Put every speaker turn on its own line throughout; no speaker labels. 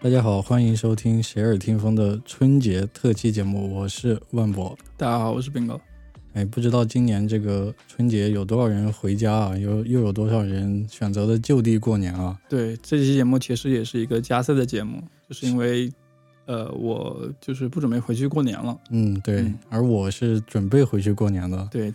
大家好，欢迎收听《洗耳听风》的春节特期节目，我是万博。
大家好，我是饼哥。
哎，不知道今年这个春节有多少人回家啊？有又有多少人选择了就地过年啊？
对，这期节目其实也是一个加赛的节目，就是因为，呃，我就是不准备回去过年了。
嗯，对。
嗯
而我是准备回去过年的，
对，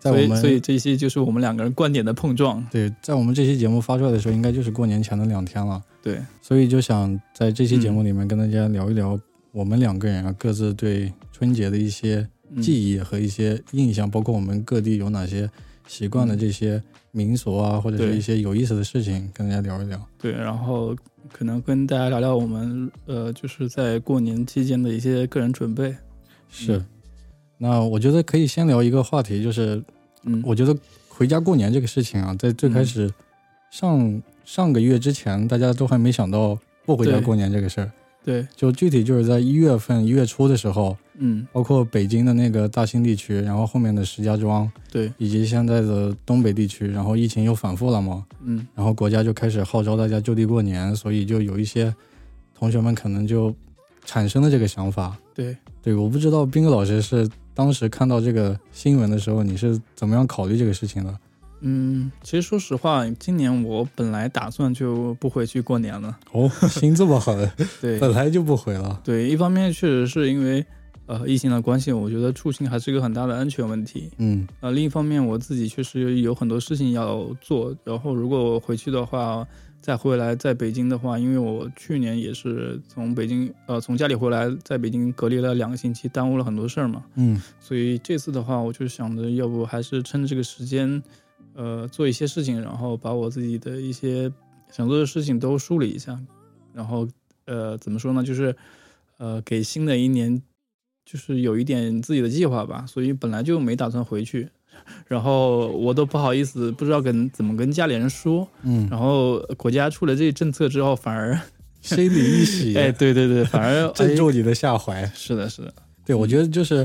在
所
我
以所以
们
这一期就是我们两个人观点的碰撞。
对，在我们这期节目发出来的时候，应该就是过年前的两天了。
对，嗯
所以就想在这期节目里面跟大家聊一聊我们两个人啊各自对春节的一些
嗯
记忆和一些印象，包括我们各地有哪些习惯的这些民俗啊，或者是
对
一些有意思的事情，跟大家聊一聊。
对，然后可能跟大家聊聊我们呃，就是在过年期间的一些个人准备。
是，嗯那我觉得可以先聊一个话题，就是
嗯，
我觉得回家过年这个事情啊，在最开始上、上个月之前，大家都还没想到不回家
对
过年这个事儿。
对，
就具体就是在一月份一月初的时候，
嗯，
包括北京的那个大兴地区，然后后面的石家庄，
对，
以及现在的东北地区，然后疫情又反复了嘛，
嗯，
然后国家就开始号召大家就地过年，所以就有一些同学们可能就产生了这个想法。
对，
对，我不知道斌哥老师是当时看到这个新闻的时候，你是怎么样考虑这个事情的？
嗯，其实说实话，今年我本来打算就不回去过年了。
哦，心这么狠，
对，
本来就不回了。
对，一方面确实是因为呃疫情的关系，我觉得出行还是一个很大的安全问题。
嗯
呃，另一方面我自己确实有很多事情要做，然后如果我回去的话，再回来在北京的话，因为我去年也是从北京呃从家里回来，在北京隔离了两个星期，耽误了很多事儿嘛，
嗯，
所以这次的话，我就想着要不还是趁这个时间，呃，做一些事情，然后把我自己的一些想做的事情都梳理一下，然后呃，怎么说呢，就是呃，给新的一年就是有一点自己的计划吧。所以本来就没打算回去，然后我都不好意思，不知道跟怎么跟家里人说。
嗯，
然后国家出了这政策之后，反而
心里一喜，
哎，对对对，反而
镇
哎
住你的下怀。
是的，是的，
对，我觉得就是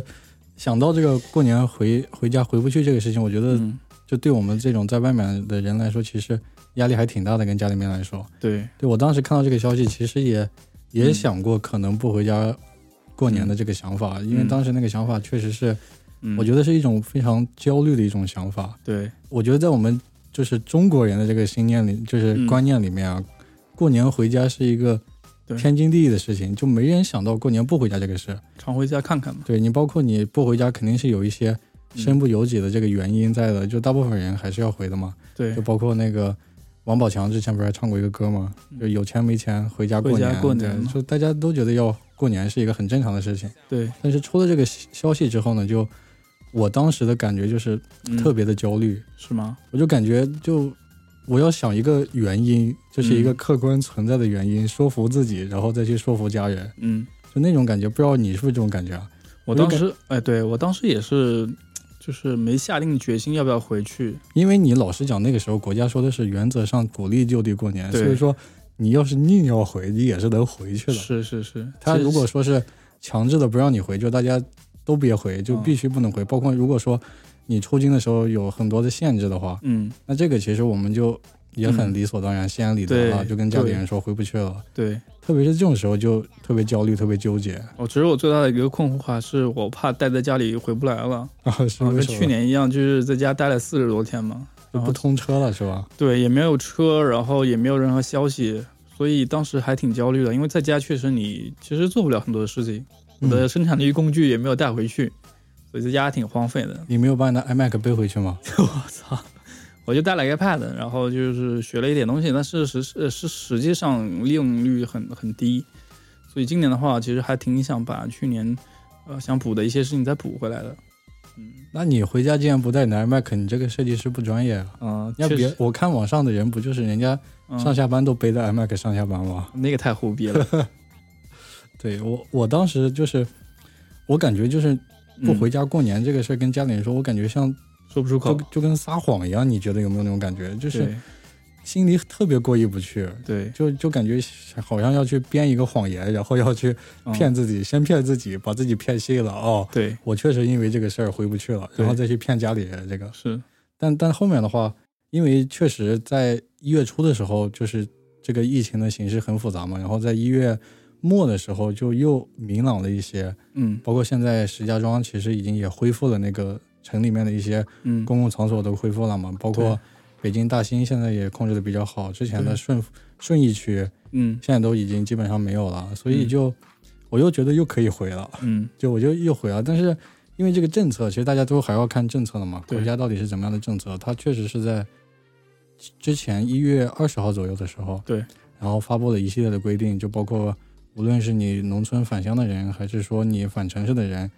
想到这个过年回回家回不去这个事情，我觉得
嗯，
就对我们这种在外面的人来说，其实压力还挺大的，跟家里面来说。
对，
对我当时看到这个消息，其实也也
嗯
想过可能不回家过年的这个想法，因为
嗯
当时那个想法确实是，
嗯，
我觉
得
得是一种非常焦虑的一种想法。
嗯对，
我觉得在我们就是中国人的这个信念里，就是
嗯
观念里面啊，过年回家是一个
对
天经地义的事情，就没人想到过年不回家这个事。
常回家看看嘛。
对你，包括你不回家，肯定是有一些身
嗯
不由己的这个原因在的。就大部分人还是要回的嘛。
对
就，包括那个王宝强之前不是还唱过一个歌吗？
嗯
就有钱没钱回家过
回
年，
家过年
对
嘛嗯
就大家都觉得要过年是一个很正常的事情。
对，
但是出了这个消息之后呢，就我当时的感觉就是
嗯
特别的焦虑，
是吗？
我就感觉就。我要想一个原因，就是一个
嗯
客观存在的原因，说服自己，然后再去说服家人，
嗯，
就那种感觉。不知道你是不是这种感觉啊？
我
就
当
感
时哎，对我当时也是，就是没下定决心要不要回去。
因为你老实讲，那个时候国家说的是原则上鼓励就地过年，
对
所以说你要是硬要回，你也是能回去的。
是是是，
他
其实
如果说是强制的不让你回，就大家都别回，就
嗯
必须不能回。包括如果说你出京的时候有很多的限制的话，
嗯，
那这个其实我们就也很理所当然、心安理得了，
对
就跟家里人说回不去了。
对
特别是这种时候就特别焦虑、特别纠结
我其实我最大的一个困惑啊是我怕待在家里回不来了，
啊，是
啊，
为
跟
什
去
么？
年啊一样，就是在家待了四十多天嘛，
就
然
不
后
通车了是吧？
对也没有车，然后也没有任何消息，所以当时还挺焦虑的，因为在家确实你其实做不了很多事情，我的
嗯
生产力工具也没有带回去，所以在家还挺荒废的。
你没有把你的 iMac 背回去吗？
我操！我就带了一个 pad，然后就是学了一点东西，但是实是是实际上利用率很很低，所以今年的话，其实还挺想把去年呃想补的一些事情再补回来的。嗯
那你回家竟然不带你的 iMac，你这个设计师不专业啊！
啊，
要
确
别
实，
我看网上的人不就是人家
嗯
上下班都背着 iMac 上下班吗？
那个太胡逼了。
对我我当时就是，我感觉就是 不回
嗯
家过年这个事儿跟家里人说，我感觉像
说不出
就
口，
就跟撒谎一样，你觉得有没有那种感觉？就是
对
心里特别过意不去，
对，
就就感觉好像要去编一个谎言，然后要去
嗯
骗自己，先骗自己，把自己骗信了哦。
对
我确实因为这个事儿回不去了，
对
然后再去骗家里人。这个，
是，
但但后面的话，因为确实在一月初的时候，就是这个疫情的形势很复杂嘛，然后在一月末的时候就又明朗了一些，
嗯
包括现在石家庄其实已经也恢复了那个城里面的一些
嗯，
公共场所都恢复了嘛，包括
对
北京大兴现在也控制的比较好，之前的
对
顺顺义区
嗯
现在都已经基本上没有了，所以
嗯
就、我又觉得又可以回了，
嗯
就我就又回啊了。但是因为这个政策，其实大家都还要看政策的嘛，
对
国家到底是怎么样的政策，它确实是在之前一月二十号左右的时候，
对，
然后发布了一系列的规定，就包括无论是你农村返乡的人，还是说你返城市的人，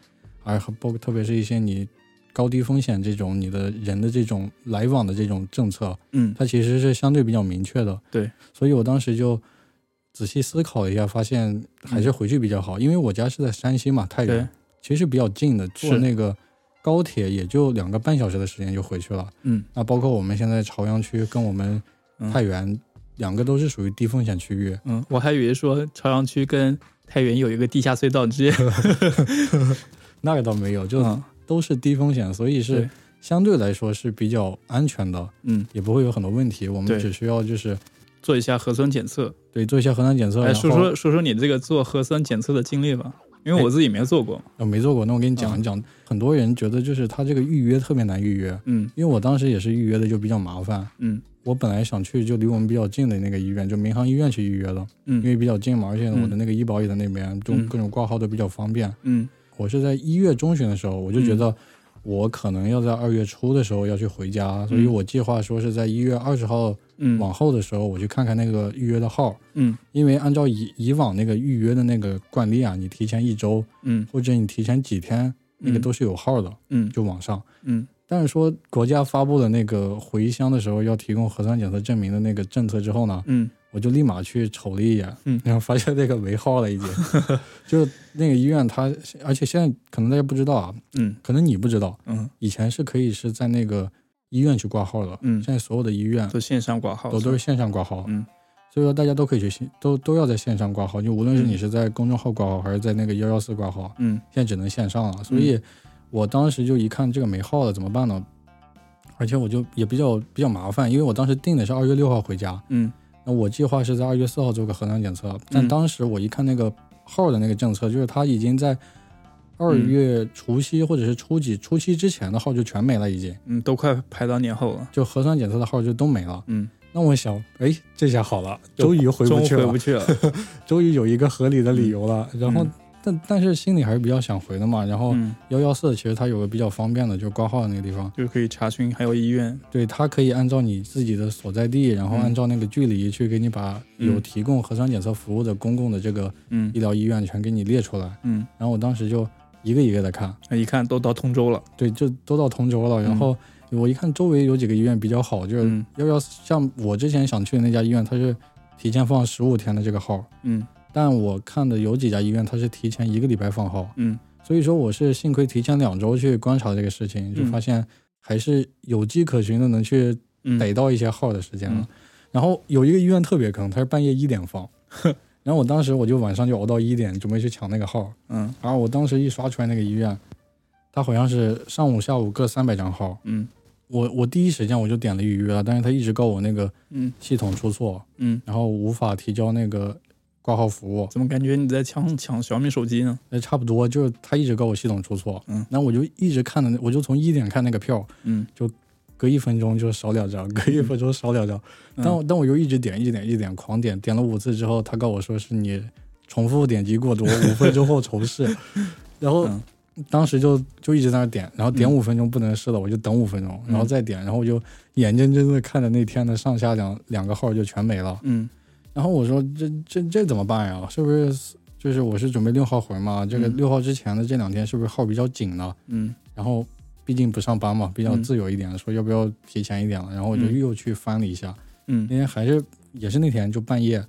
而包括特别是一些你。高低风险这种你的人的这种来往的这种政策，
嗯
它其实是相对比较明确的。
对，
所以我当时就仔细思考了一下，发现还是回去比较好，因为我家是在山西嘛，太
对
原，其实比较近的，坐
是
那个高铁也就两个半小时的时间就回去了。
嗯
那包括我们现在朝阳区跟我们
嗯
太原、两个都是属于低风险区域，
嗯，我还以为说朝阳区跟太原有一个地下隧道，直接
那个倒没有， 就
嗯
都是低风险，所以是
对
相对来说是比较安全的，
嗯
也不会有很多问题。我们
对
只需要就是
做一下核酸检测。
对做一下核酸检测，
哎，
嗯然后哎
说说说说你这个做核酸检测的经历吧，因为我自己没做过。
呃，没做过，那我给你讲
嗯
一讲。很多人觉得就是他这个预约特别难预约，
嗯
因为我当时也是预约的就比较麻烦。
嗯
我本来想去就离我们比较近的那个医院，就民航医院去预约的，因
嗯
为比较近嘛，而且
嗯
我的那个医保也在那边，就
嗯
各种挂号都比较方便。
嗯
我是在一月中旬的时候，我就觉得我可能要在二月初的时候要去回家，所以我计划说是在一月二十号
嗯
往后的时候，我去看看那个预约的号。
嗯
因为按照以以往那个预约的那个惯例啊，你提前一周
嗯，
或者你提前几天，那个
嗯
都是有号的，
嗯
就往上。
嗯
但是说国家发布了那个回乡的时候要提供核酸检测证明的那个政策之后呢，
嗯
我就立马去瞅了一眼，
嗯
然后发现那个没号 了已经，就那个医院它，而且现在可能大家不知道啊，
嗯
可能你不知道，
嗯，
以前是可以是在那个医院去挂号的，
嗯
现在所有的医院
都线上挂号
都都是线上挂号，
嗯
所以说大家都可以去线都都要在线上挂号，就无论是你是在公众号挂号还是在那个幺幺四挂号，
嗯
现在只能线上了，所以我当时就一看这个没号了，怎么办呢？而且我就也比较比较麻烦，因为我当时定的是二月六号回家，
嗯
那我计划是在二月四号做个核酸检测，但
嗯
当时我一看那个号的那个政策，就是他已经在二
嗯
月除夕或者是初几、初七之前的号就全没了，已经
嗯，都快排到年后了。
就核酸检测的号就都没了。
嗯，
那我想，哎，这下好了，
就
终于回不
终于
去
回
了
不，去了。
终于有一个合理的理由了。然后，
嗯
但但是心里还是比较想回的嘛，然后。
嗯，
幺幺四其实它有个比较方便的，就是挂号的那个地方，
就是可以查询，还有医院。
对，它可以按照你自己的所在地，然后
嗯
按照那个距离去给你把有提供核酸检测服务的公共的这个
嗯
医疗医院全给你列出来。
嗯，
然后我当时就一个一个的看，
那一看都到通州了。
对，就都到同州了。然后我一看周围有几个医院比较好，就是
嗯
幺幺像我之前想去的那家医院，它是提前放十五天的这个号，
嗯
但我看的有几家医院它是提前一个礼拜放号。
嗯
所以说我是幸亏提前两周去观察这个事情，就
嗯
发现还是有迹可循的，能去
嗯，
逮到一些号的时间了。
嗯
然后有一个医院特别坑，它是半夜一点放， 然后我当时我就晚上就熬到一点，准备去抢那个号。
嗯
然后我当时一刷出来那个医院，它好像是上午、下午各三百张号。
嗯
我我第一时间我就点了预约了，但是他一直告我那个
嗯
系统出错，
嗯，
然后无法提交那个挂号服务。
怎么感觉你在抢抢小米手机呢？
那差不多就是他一直告我系统出错，
嗯，
那我就一直看的，我就从一点看那个票，
嗯
隔一分钟就少两张，隔一分钟少两张，
嗯
但我但我又一直点，一直点，一直点，狂点，点了五次之后，他告我说是你重复点击 过多，五分钟后重试，然后
嗯
当时就就一直在那点，然后点
嗯
五分钟不能试了，我就等五分钟，然后
嗯
再点，然后我就眼睁睁的看着那天的上下两两个号就全没了，
嗯
然后我说这这这怎么办呀？是不是就是我是准备六号回嘛？这个
嗯
六号之前的这两天是不是号比较紧呢？
嗯
然后毕竟不上班嘛，比较
嗯
自由一点，说要不要提前一点了？然后我就
嗯
又去翻了一下，
嗯
那天还是也是那天就半夜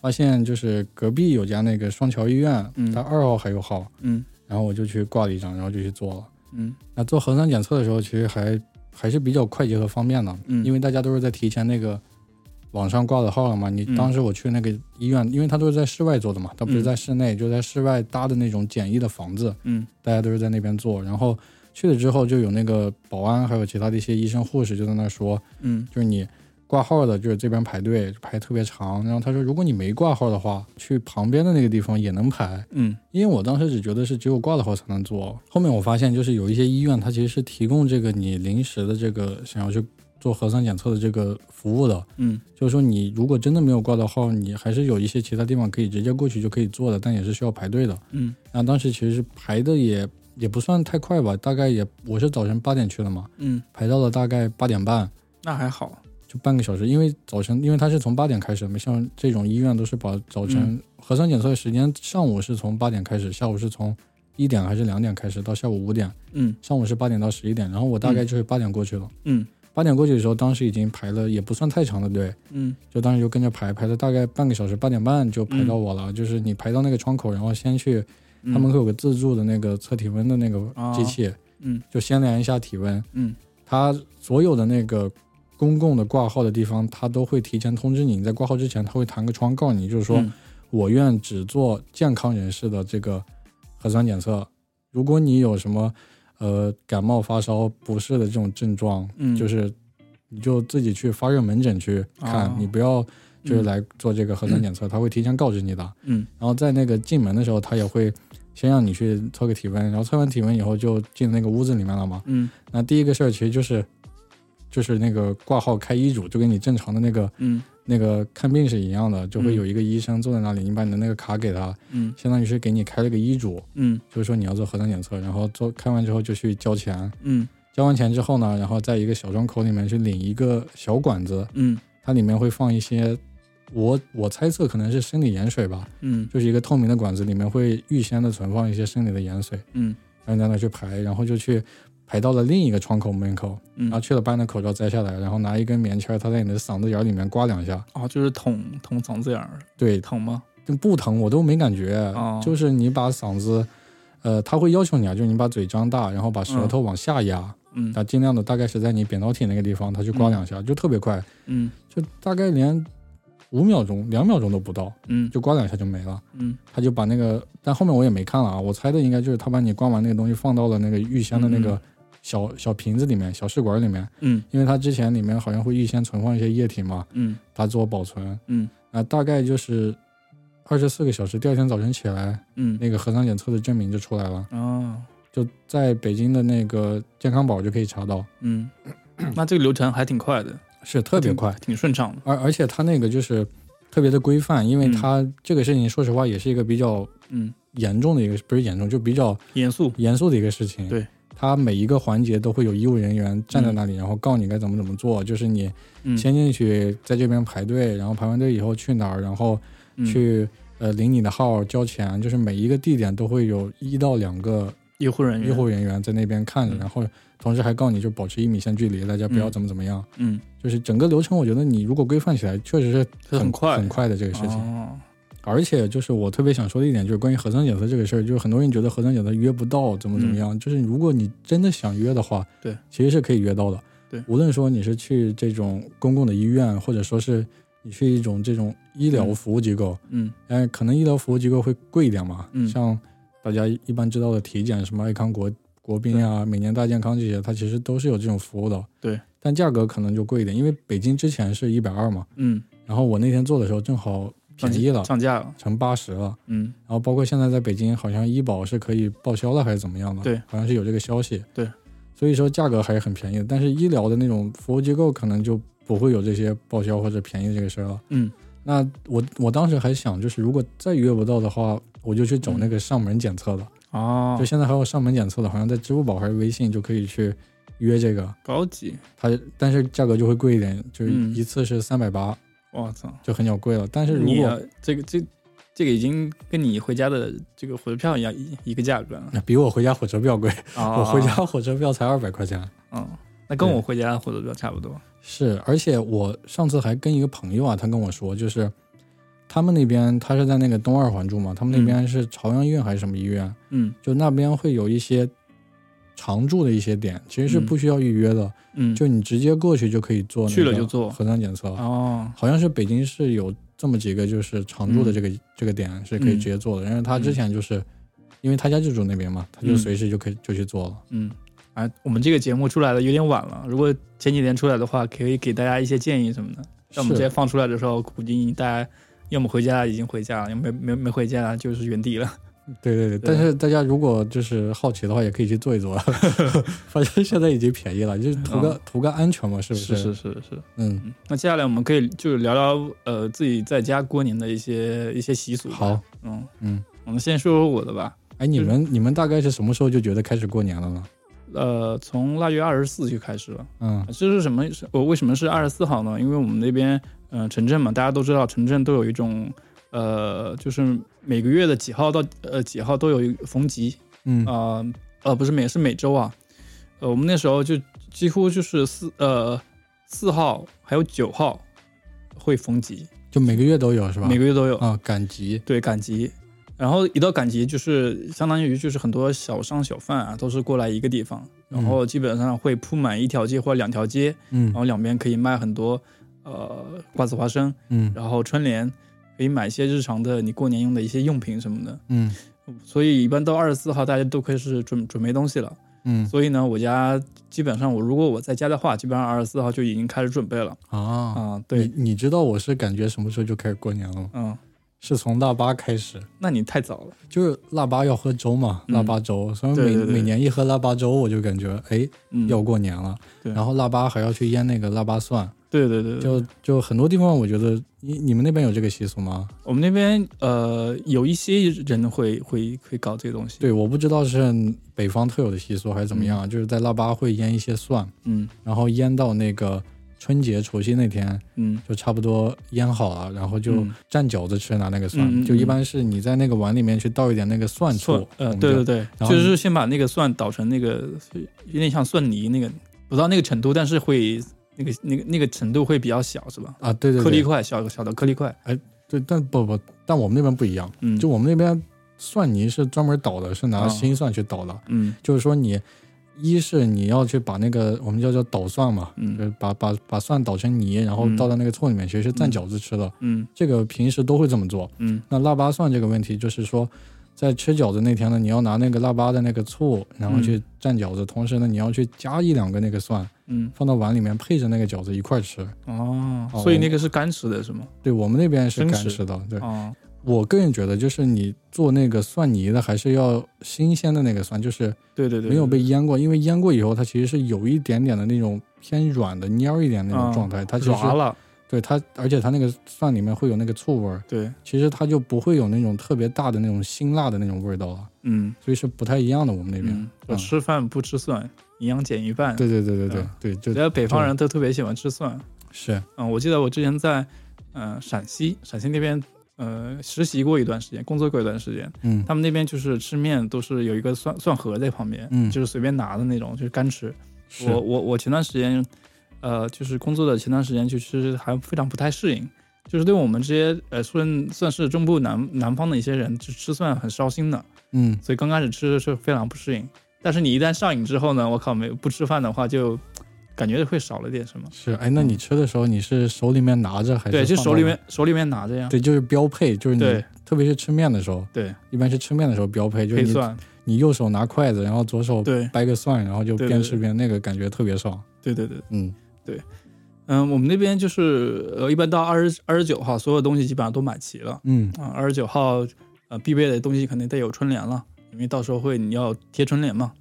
发现就是隔壁有家那个双桥医院，
嗯
它二号还有号，
嗯
然后我就去挂了一张，然后就去做了。
嗯
那做核酸检测的时候，其实还还是比较快捷和方便的，
嗯
因为大家都是在提前那个网上挂的号了嘛。你
嗯
当时我去那个医院，因为它都是在室外做的嘛，它不是
嗯
在室内，就在室外搭的那种简易的房子，
嗯
大家都是在那边做。然后去了之后，就有那个保安还有其他的一些医生护士就在那儿说，
嗯
就是你挂号的，就是这边排队排特别长。然后他说，如果你没挂号的话，去旁边的那个地方也能排。
嗯
因为我当时只觉得是只有挂了号才能做，后面我发现就是有一些医院它其实是提供这个你临时的这个想要去做核酸检测的这个服务的，
嗯
就是说你如果真的没有挂到号，你还是有一些其他地方可以直接过去就可以做的，但也是需要排队的。
嗯
那当时其实是排的也也不算太快吧，大概也我是早晨八点去的嘛，
嗯，
排到了大概八点半，
那还好，
就半个小时，因为早晨，因为它是从八点开始嘛，像这种医院都是把早晨、
嗯
核酸检测的时间，上午是从八点开始，下午是从一点还是两点开始，到下午五点，
嗯
上午是八点到十一点，然后我大概就是八点过去了。
嗯
八点过去的时候，当时已经排了也不算太长的队，
嗯
就当时就跟着排，排了大概半个小时，八点半就排到我了。就是你排到那个窗口，然后先去
嗯，
他门口有个自助的那个测体温的那个机器，
嗯
就先量一下体温，
嗯
它所有的那个公共的挂号的地方，它都会提前通知你。你在挂号之前，它会弹个窗告你，就是说、
嗯
我愿只做健康人士的这个核酸检测。如果你有什么呃感冒、发烧、不适的这种症状，
嗯
就是你就自己去发热门诊去看，
哦
你不要就是
嗯
来做这个核酸检测，它会提前告知你的。
嗯
然后在那个进门的时候，它也会先让你去测个体温，然后测完体温以后就进那个屋子里面了嘛。
嗯
那第一个事儿其实就是就是那个挂号开医嘱，就跟你正常的那个
嗯
那个看病是一样的，就会
嗯
有一个医生坐在那里，你把你的那个卡给他，
嗯
相当于是给你开了个医嘱，
嗯
就是说你要做核酸检测，然后做开完之后就去交钱，
嗯
交完钱之后呢，然后在一个小窗口里面去领一个小管子，
嗯
它里面会放一些。我我猜测可能是生理盐水吧，
嗯
就是一个透明的管子，里面会预先的存放一些生理的盐水，
嗯
然后你在那去排，然后就去排到了另一个窗口门口，然后
嗯，
去了把你的口罩摘下来，然后拿一根棉签儿，它在你的嗓子眼儿里面刮两下，
哦，就是捅捅嗓子眼儿，
对，
疼吗？
就不疼我都没感觉，
哦
就是你把嗓子，呃，他会要求你啊，就是你把嘴张大，然后把舌头往下压，
嗯
那、尽量的大概是在你扁桃体那个地方，他去刮两下，就特别快，
嗯
就大概连五秒钟、两秒钟都不到，
嗯
就刮两下就没了。
嗯
他就把那个，但后面我也没看了啊，我猜的应该就是他把你刮完那个东西放到了那个预先的那
嗯
个
嗯
小、小瓶子里面、小试管里面，
嗯
因为它之前里面好像会预先存放一些液体嘛，
嗯
它做保存。
嗯
啊，大概就是二十四个小时，第二天早晨起来，
嗯，
那个核酸检测的证明就出来了，
哦，
就在北京的那个健康宝就可以查到，
嗯，那这个流程还挺快的，
是特别
挺
快，
挺顺畅的。
嗯而而且它那个就是特别的规范，因为
嗯
它这个事情说实话也是一个比较
嗯，
严重的一个，不是严重，就比较
严肃。
严肃的一个事情。
对。
它每一个环节都会有医务人员站在那里，然后告你该怎么怎么做。就是你
嗯，
先进去，在这边排队，然后排完队以后去哪儿，然后
嗯
去呃领你的号交钱，就是每一个地点都会有一到两个
医护人员，
医护人员在那边看着，
嗯
然后同时还告你就保持一米线距离，大家不要
嗯
怎么怎么样。
嗯，
就是整个流程，我觉得你如果规范起来，确实是
是很快
很快的这个事情。
哦，
而且就是我特别想说的一点，就是关于核酸检测这个事儿，就是很多人觉得核酸检测约不到，怎么怎么样。就是如果你真的想约的话，
嗯对，
其实是可以约到的。
对
无论说你是去这种公共的医院，或者说是你去一种这种医疗
嗯
服务机构，
嗯
哎，可能医疗服务机构会贵一点嘛，
嗯
像大家一般知道的体检，什么爱康国国宾啊、每年大健康这些，它其实都是有这种服务的。
对，
但价格可能就贵一点，因为北京之前是一百二嘛，
嗯，
然后我那天做的时候正好便宜了，
涨价了，
成八十了。
嗯
然后包括现在在北京，好像医保是可以报销了还是怎么样的？
对
好像是有这个消息。
对，
所以说价格还是很便宜的，但是医疗的那种服务机构可能就不会有这些报销或者便宜这个事儿了。
嗯
那我我当时还想，就是如果再约不到的话，我就去找那个上门检测的。
哦
就，现在还有上门检测的，好像在支付宝还是微信就可以去约这个，
高级，
它但是价格就会贵一点，就是
嗯
一次是三百八，
我操！
就很小贵了。但是如
你
果、
啊这个这这个已经跟你回家的这个火车票一样一一个价格了。
比我回家火车票贵，
啊
我回家，火车票才二百块钱。
嗯，那跟我回家的火车票差不多。
是，而且我上次还跟一个朋友啊，他跟我说，就是他们那边他是在那个东二环住嘛，他们那
嗯
边是朝阳医院还是什么医院？
嗯
就那边会有一些常住的一些点，其实是
嗯
不需要预约的，
嗯，
就你直接过去就可以做那个
去了就做
核酸检测。
哦，
好像是北京市有这么几个就是常住的这个、这个点是可以
嗯
直接做的，因为他之前就是、因为他家就住那边嘛，他就
嗯
随时就可以、就去做了。
嗯，啊，我们这个节目出来的有点晚了，如果前几天出来的话，可以给大家一些建议什么的。
是
但我们这些放出来的时候，估计大家要么回家已经回家了，要么没没没回家就是原地了。
对对对，
对
但是大家如果就是好奇的话，也可以去做 一做， 反正现在已经便宜了，就是图个、图个安全嘛， 是不
嗯是
是
是是是。
嗯，
嗯那接下来我们可以就是聊聊呃自己在家过年的一些一些习俗。
好，，
嗯
嗯，
我们先说说我的吧。
哎，你们你们大概是什么时候就觉得开始过年了呢？
呃，从腊月二十四就开始了。
嗯
这是什么？我为什么是二十四号呢？因为我们那边，嗯、城镇嘛，大家都知道，城镇都有一种，呃，就是每个月的几号到呃几号都有一个逢集
嗯
啊、呃，呃，不是每是每周啊，呃，我们那时候就几乎就是四呃四号还有九号会逢集，
就每个月都有是吧？
每个月都有，
啊，赶集
对赶集。然后一到赶集，就是相当于就是很多小商小贩啊，都是过来一个地方，然后基本上会铺满一条街或者两条街，
嗯
然后两边可以卖很多呃瓜子花生，
嗯
然后春联，可以买一些日常的你过年用的一些用品什么的。
嗯
所以一般到二十四号大家都开始准准备东西了。
嗯
所以呢，我家基本上我如果我在家的话，基本上二十四号就已经开始准备了
啊，
啊、
你
对，
你知道我是感觉什么时候就开始过年了吗？
嗯，
是从腊八开始，
那你太早了。
就是腊八要喝粥嘛，
嗯
腊八粥，所以每
对对对
每年一喝腊八粥，我就感觉哎
嗯，
要过年了。
对
然后腊八还要去腌那个腊八蒜，
对对对对，
就就很多地方我觉得你你们那边有这个习俗吗？
我们那边呃有一些人会会会搞这个东西。，
对，我不知道是北方特有的习俗还是怎么样，就是在腊八会腌一些蒜，
嗯
然后腌到那个春节除夕那天
嗯，
就差不多腌好了，然后就
嗯
蘸饺子吃拿那个蒜，
嗯嗯嗯
就一般是你在那个碗里面去倒一点那个蒜醋，
蒜，
我
呃，
们
对
叫
对对，
然后
就是先把那个蒜捣成那个有点像蒜泥那个，不到那个程度，但是会那个那个那个程度会比较小，是吧？
啊，对对
颗粒
对，
块，小小的颗粒块，
对，但不不，但我们那边不一样，
嗯，
就我们那边蒜泥是专门捣的，是拿
啊
新蒜去捣的，
嗯
就是说你一是你要去把那个我们叫做捣蒜嘛，就
嗯
是把把把蒜捣成泥，然后
嗯
倒到那个醋里面去，是蘸
嗯
饺子吃的，
嗯
这个平时都会这么做。
嗯
那腊八蒜这个问题就是说。在吃饺子那天呢，你要拿那个腊八的那个醋，然后去蘸饺子，同时呢，你要去加一两个那个蒜，
嗯，
放到碗里面配着那个饺子一块儿吃。
哦
哦，
所以那个是干吃的是吗？
对我们那边是
真
干
是
吃的。对
哦，
我个人觉得，就是你做那个蒜泥的，还是要新鲜的那个蒜，就是
对对对，
没有被
对
腌过，因为腌过以后，它其实是有一点点的那种偏软的、蔫一点的那种
嗯
状态。它其实
软了，
对它，而且它那个蒜里面会有那个醋味儿，
对，
其实它就不会有那种特别大的那种辛辣的那种味道了，
嗯
所以是不太一样的。我们那边，
嗯，我吃饭不吃蒜，营养减一半。
对对对对对、
嗯
对，
我觉
这
得北方人都特别喜欢吃蒜。
是
嗯，我记得我之前在嗯陕西，陕西那边呃实习过一段时间，工作过一段时间。
嗯
他们那边就是吃面都是有一个蒜蒜盒在旁边，
嗯
就是随便拿的那种，就是干吃。
是
我我我前段时间，呃，就是工作的前段时间，其实还非常不太适应，就是对我们这些呃算算是中部南南方的一些人，就吃蒜很烧心的，
嗯
所以刚开始吃的时候非常不适应。但是你一旦上瘾之后呢，我靠，没不吃饭的话就感觉会少了点什么。
是哎，那你吃的时候你是手里面拿着还是
嗯对，就
放
手
到
里面手里面拿着呀。
对，就是标配，就是你
对
特别是吃面的时候，
对，
一般是吃面的时候标配，就
配
是你
蒜，
你右手拿筷子，然后左手
对
掰个蒜，然后就
对对
边
对
吃边那个感觉特别爽。
对对对。
嗯
嗯，我们那边就是呃，一般到二十二十九号，所有东西基本上都买齐了。
嗯
啊，二十九号，呃，必备的东西肯定得有春联了，因为到时候会你要贴春联嘛。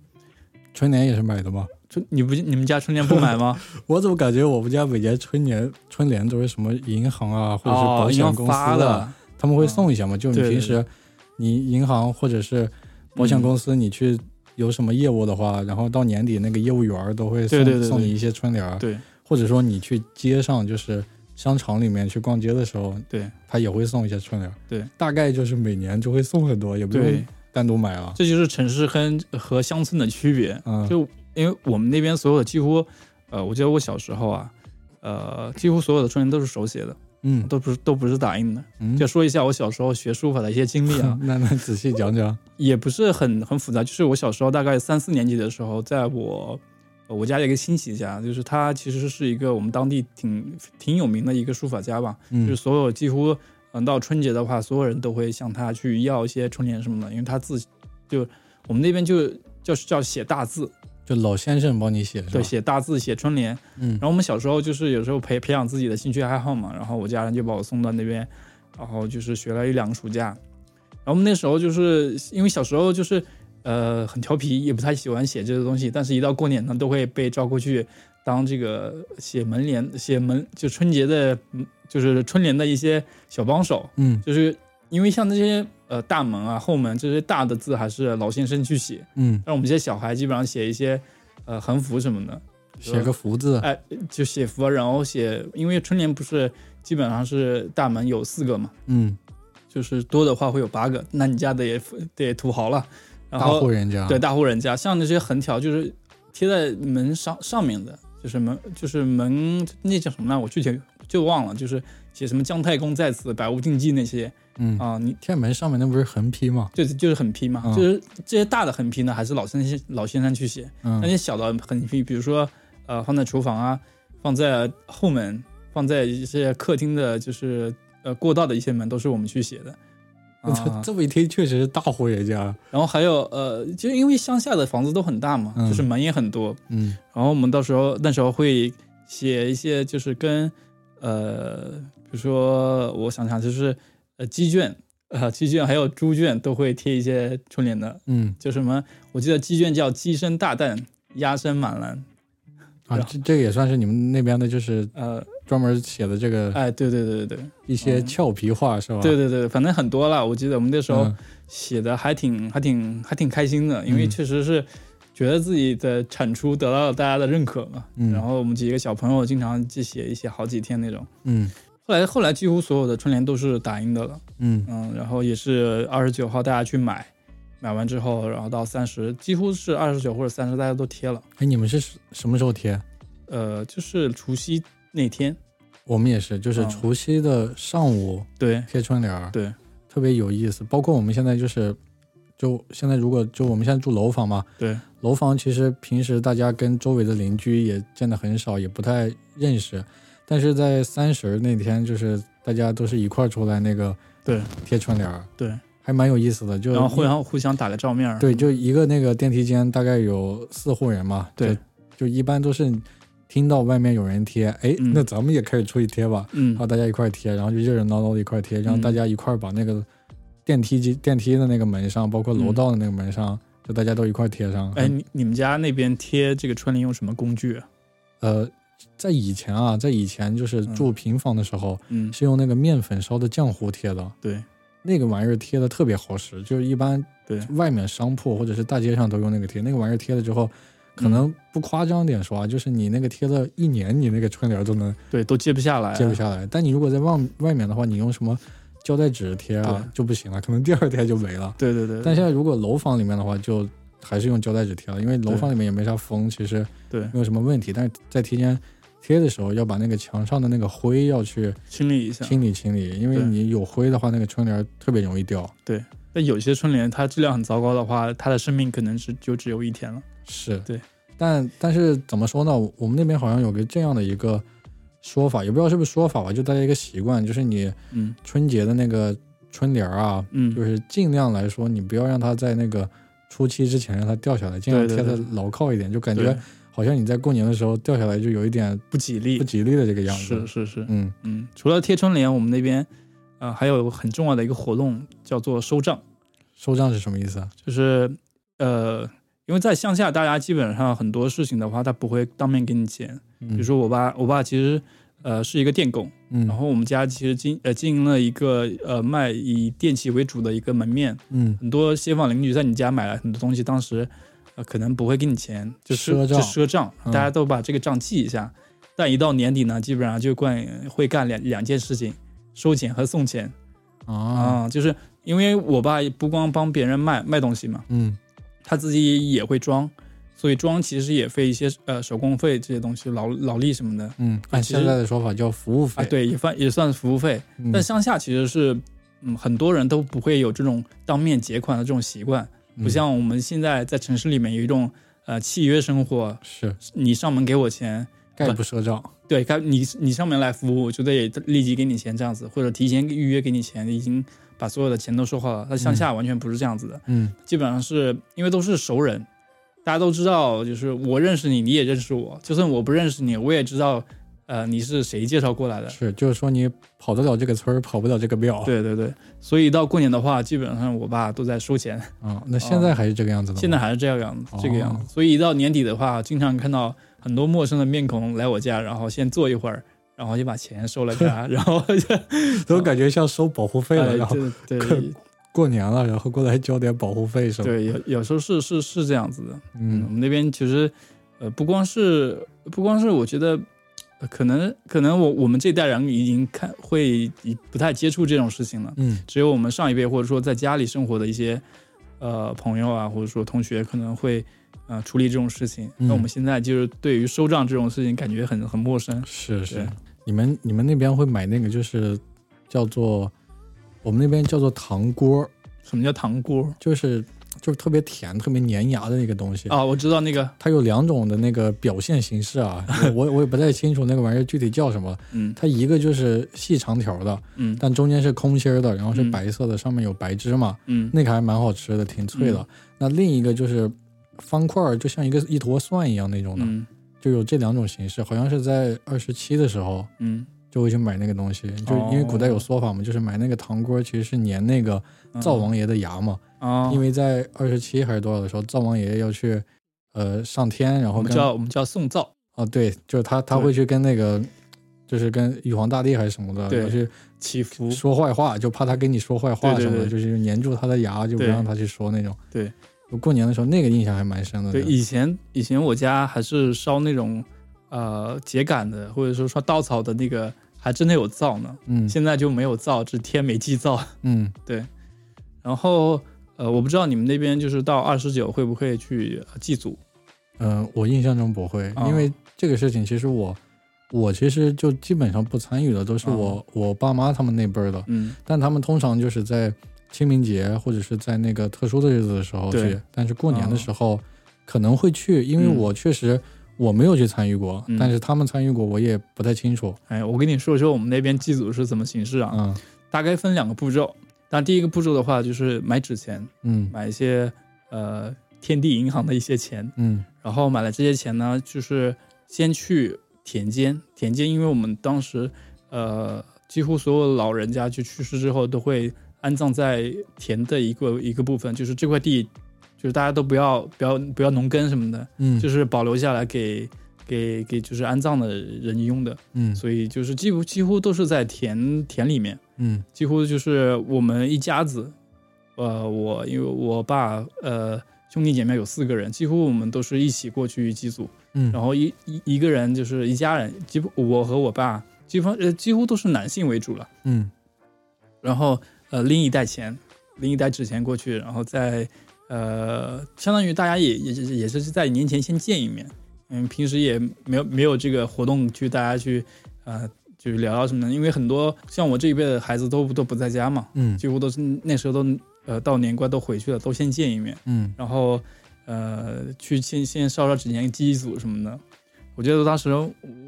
春联也是买的吗？
春你不你们家春联不买吗？
我怎么感觉我们家每年春联春联都是什么银行啊， 或者是
哦
保，
银
险
行
公司
发
啊，
的，
他们会
嗯
送一些嘛？就你
对对
平时你银行或者是保险公
嗯
司，你去有什么业务的话，然后到年底那个业务员儿都会
对
送
对对对
送你一些春联儿，
对
或者说你去街上就是商场里面去逛街的时候，
对
他也会送一些春联儿。
对，
大概就是每年就会送很多，也不用
对，
单独买了。
这就是城市跟和乡村的区别。
嗯，
就因为我们那边所有的几乎，呃，我记得我小时候啊，呃，几乎所有的春联都是手写的，
嗯
都不是都不是打印的。
嗯，，
就说一下我小时候学书法的一些经历啊
那那仔细讲讲，
也不是很很复杂，就是我小时候大概三四年级的时候，在我呃我家的一个亲戚家，就是他其实是一个我们当地挺挺有名的一个书法家吧，就是
嗯
所有几乎嗯到春节的话，所有人都会向他去要一些春联什么的，因为他字就我们那边就就是叫写大字，
就老先生帮你写是吧？
对，写大字写春联，
嗯
然后我们小时候就是有时候培培养自己的兴趣爱好嘛，然后我家人就把我送到那边，然后就是学了一两个暑假。然后我们那时候就是因为小时候就是呃很调皮，也不太喜欢写这些东西，但是一到过年呢，都会被招过去当这个写门联、写门就春节的，嗯就是春联的一些小帮手，
嗯
就是因为像那些呃大门啊、后门这些大的字还是老先生去写，
嗯，
但是我们这些小孩基本上写一些呃横幅什么的。
写个福字，
哎，就写符啊，然后写，因为春联不是基本上是大门有四个嘛，
嗯，
就是多的话会有八个，那你家的也得土豪了，然
大户
后
人家，
对，大户人家，像那些横条就是贴在门上上面的，就是门就是门那叫什么呢？我具体就忘了，就是写什么姜太公在此，百无禁忌那些
嗯，
啊、你
天安门上面那不是横批吗？
就就是横批嘛，
嗯
就是这些大的横批呢，还是老先生老先生去写，那
嗯
些小的很比比如说呃放在厨房啊，放在后门，放在一些客厅的，就是呃过道的一些门，都是我们去写的。
我操，
啊，
这么一听确实是大户人家，
然后还有呃，就因为乡下的房子都很大嘛，
嗯
就是门也很多，
嗯
然后我们到时候那时候会写一些，就是跟呃，比如说我想想，就是呃鸡圈，呃鸡圈还有猪圈都会贴一些春联的，
嗯
就什么我记得鸡圈叫鸡生大蛋，鸭生满篮，
啊，
然后
这这个也算是你们那边的，就是
呃
专门写的这个
哎，对对对对对
一些
嗯
俏皮话是吧？
对对对，反正很多了。我记得我们那时候
嗯，
写的还挺、还挺还挺开心的，因为
嗯
确实是觉得自己的产出得到了大家的认可嘛。
嗯
然后我们几个小朋友经常就写一写好几天那种。
嗯
后来后来几乎所有的春联都是打印的了，
嗯
嗯，然后也是二十九号大家去买，买完之后，然后到三十，几乎是二十九或者三十大家都贴了。
哎，你们是什么时候贴？
呃，就是除夕那天，
我们也是，就是
嗯
除夕的上午
对
贴春联儿，
对
特别有意思。包括我们现在就是，就现在如果就我们现在住楼房嘛，
对，
楼房其实平时大家跟周围的邻居也见的很少，也不太认识。但是在三十那天，就是大家都是一块儿出来那个
对
贴春联儿，
对，
还蛮有意思的。就
然后互相互相打了照面儿，
对，就一个那个电梯间大概有四户人嘛，
对
就，就一般都是听到外面有人贴，哎，
嗯
那咱们也开始出去贴吧，
嗯
然后，大家一块儿贴，然后就热热闹闹的一块儿贴，让
嗯
大家一块儿把那个电梯机电梯的那个门上，包括楼
嗯
道的那个门上，就大家都一块儿贴上。
哎，你你们家那边贴这个春联用什么工具啊？
呃，在以前啊，在以前就是
嗯
住平房的时候，
嗯，
是用那个面粉烧的浆糊贴的，
对
那个玩意儿贴的特别好使，就是一般
对，
外面商铺或者是大街上都用那个贴，那个玩意儿贴了之
嗯
后，可能不夸张点说啊，就是你那个贴了一年，你那个春联都能
对，都揭不下来、啊，
揭不下来。但你如果在外外面的话，你用什么胶带纸贴啊
对
就不行了，可能第二天就没了。
对对对，
但现在如果楼房里面的话，就还是用胶带纸贴了，因为楼
对
房里面也没啥风，其实
对
没有什么问题。但是在提前贴的时候，要把那个墙上的那个灰要去
清理一下。
清理清理，因为
啊对
你有灰的话，那个春联特别容易掉。
但有些春联它质量很糟糕的话，它的生命可能是就只有一天了。
是
对，
但但是怎么说呢？我们那边好像有个这样的一个说法，也不知道是不是说法吧，就大家一个习惯，就是你
嗯
春节的那个春联儿啊，
嗯，
就是尽量来说，你不要让它在那个初七之前让它掉下来，尽量
对
贴
对
的
对
牢靠一点，就感
对
觉好像你在过年的时候掉下来就有一点
不吉利
不，吉利的这个样
是
子。
是是，
嗯
嗯。除了贴春联，我们那边呃还有很重要的一个活动叫做收账，
收账是什么意思啊？
就是呃。因为在乡下，大家基本上很多事情的话，他不会当面给你钱。
嗯、
比如，说我爸，我爸其实，呃，是一个电工，
嗯，
然后我们家其实经呃经营了一个呃卖以电器为主的一个门面，
嗯，
很多街坊邻居在你家买了很多东西，当时呃可能不会给你钱，就
赊账
是就赊账，
嗯
大家都把这个账记一下。但一到年底呢，基本上就惯会干两两件事情，收钱和送钱
啊，
啊、就是因为我爸不光帮别人卖卖东西嘛，
嗯
他自己也会装，所以装其实也费一些呃手工费这些东西，劳劳力什么的
嗯，按
其
现
实
在的说法叫服务费。
啊，，对，也算也算服务费。
嗯、
但乡下其实是，嗯，很多人都不会有这种当面结款的这种习惯，
嗯
不像我们现在在城市里面有一种呃契约生活，
是
你上门给我钱，
概不赊账。
对，该你你上门来服务，我就得立即给你钱这样子，或者提前预约给你钱，已经把所有的钱都说好了。那乡下完全不是这样子的，
嗯
基本上是因为都是熟人，大家都知道，就是我认识你，你也认识我，就算我不认识你，我也知道，呃，你是谁介绍过来的。
是，就是说你跑得了这个村儿，跑不了这个庙。
对对对，所以到过年的话，基本上我爸都在收钱，
啊、那现在还是这个样子的吗？
现在还是这个样子，
哦
这个样子。所以一到年底的话，经常看到很多陌生的面孔来我家，然后先坐一会儿，然后就把钱收了给 他，然后就
都感觉像收保护费了，
哎
然后
对
可
对
过年了，然后过来交点保护费什么。，
对，有有时候是是是这样子的。我
嗯
们那边其实，呃，不光是不光是我觉得，呃可能可能我我们这代人已经看会不太接触这种事情了。
嗯
只有我们上一辈或者说在家里生活的一些呃朋友啊，或者说同学可能会呃处理这种事情。
嗯
那我们现在就是对于收账这种事情感觉很很陌生。
是是
对。
你们你们那边会买那个就是叫做我们那边叫做糖锅，
什么叫糖锅？
就是就是特别甜、特别粘牙的那个东西。
啊，我知道那个，
它有两种的那个表现形式 啊，我我也不太清楚那个玩意儿具体叫什么。
嗯
它一个就是细长条的，
嗯
但中间是空心儿的，然后是
嗯
白色的，上面有白芝麻，
嗯
那个还蛮好吃的，挺脆的。那另一个就是方块儿，就像一个一坨蒜一样那种的，
嗯
就有这两种形式。好像是在二十七的时候
嗯，
就会去买那个东西，就因为古代有说法嘛，就是买那个糖锅其实是粘那个
哦嗯
灶王爷的牙嘛，
啊，
因为在二十七还是多少的时候，灶王爷要去呃上天，然
我
后
们
跟
叫我们叫送灶，
哦对，就是他他
对
会去跟那个。就是跟玉皇大帝还是什么的，
对
要去
祈福。
说坏话，就怕他跟你说坏话
对对
什么的，
对
就是粘住他的牙，就不
对
让他去说那种。
对，
就过年的时候那个印象还蛮深的。
对，以前以前我家还是烧那种呃秸秆的，或者说烧稻草的那个，还真的有灶呢。
嗯
现在就没有灶，只贴煤气灶。
嗯，
然后呃，我不知道你们那边就是到二十九会不会去呃祭祖？
呃，我印象中不会，
啊
因为这个事情其实我我其实就基本上不参与的，都是
啊
我、我爸妈他们那辈儿的，
嗯
但他们通常就是在清明节或者是在那个特殊的日子的时候
对
去，但是过年的时候可能会去，因为
嗯
我确实。我没有去参与过，
嗯
但是他们参与过，我也不太清楚。
哎，我跟你说说我们那边祭祖是怎么形式啊？
嗯
大概分两个步骤。但第一个步骤的话，就是买纸钱，
嗯
买一些呃天地银行的一些钱，
嗯
然后买了这些钱呢，就是先去田间。田间，因为我们当时呃几乎所有老人家就去世之后都会安葬在田的一个一个部分，就是这块地，就是大家都不要不要不要农耕什么的，
嗯，
就是保留下来给给给就是安葬的人用的，
嗯
所以就是几乎几乎都是在田田里面，
嗯
几乎就是我们一家子，呃，我因为我爸呃兄弟姐妹有四个人，几乎我们都是一起过去祭祖，
嗯，
然后一一一个人就是一家人，几乎我和我爸基本呃几乎都是男性为主了，
嗯
然后呃拎一袋钱，拎一袋纸钱过去，然后再呃，相当于大家也也也也是在年前先见一面，嗯，平时也没有没有这个活动去大家去呃就是聊聊什么的，因为很多像我这一辈的孩子都都不在家嘛，
嗯
几乎都是那时候都呃到年关都回去了，都先见一面，
嗯
然后呃去先先烧烧纸钱祭祖什么的。我觉得当时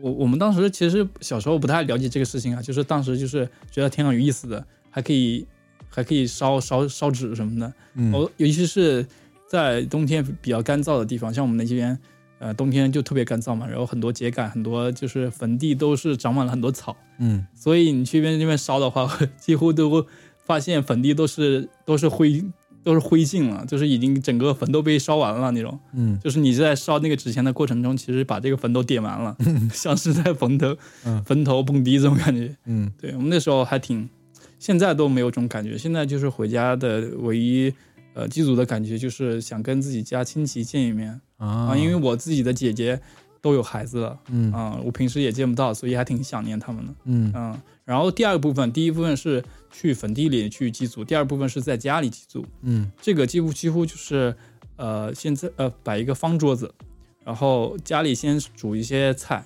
我我们当时其实小时候不太了解这个事情啊，就是当时就是觉得挺有意思的，还可以还可以烧烧烧纸什么的。
嗯，
我、尤其是在冬天比较干燥的地方，像我们那边，呃，冬天就特别干燥嘛，然后很多秸秆，很多就是坟地都是长满了很多草，
嗯
所以你去那边那边烧的话， 几乎都会发现坟地都是都是灰都是灰烬了，就是已经整个坟都被烧完了那种。
嗯
就是你在烧那个纸钱的过程中，其实把这个坟都点完了，像是在坟头
嗯
坟头蹦迪这种感觉。
嗯
对我们那时候还挺，现在都没有这种感觉。现在就是回家的唯一呃祭祖的感觉，就是想跟自己家亲戚见一面啊、
啊
因为我自己的姐姐都有孩子了
嗯
啊、我平时也见不到，所以还挺想念他们的。
嗯
嗯，然后第二个部分，第一部分是去坟地里去祭祖，第二部分是在家里祭祖。
嗯
这个几乎几乎就是呃，现在呃摆一个方桌子，然后家里先煮一些菜，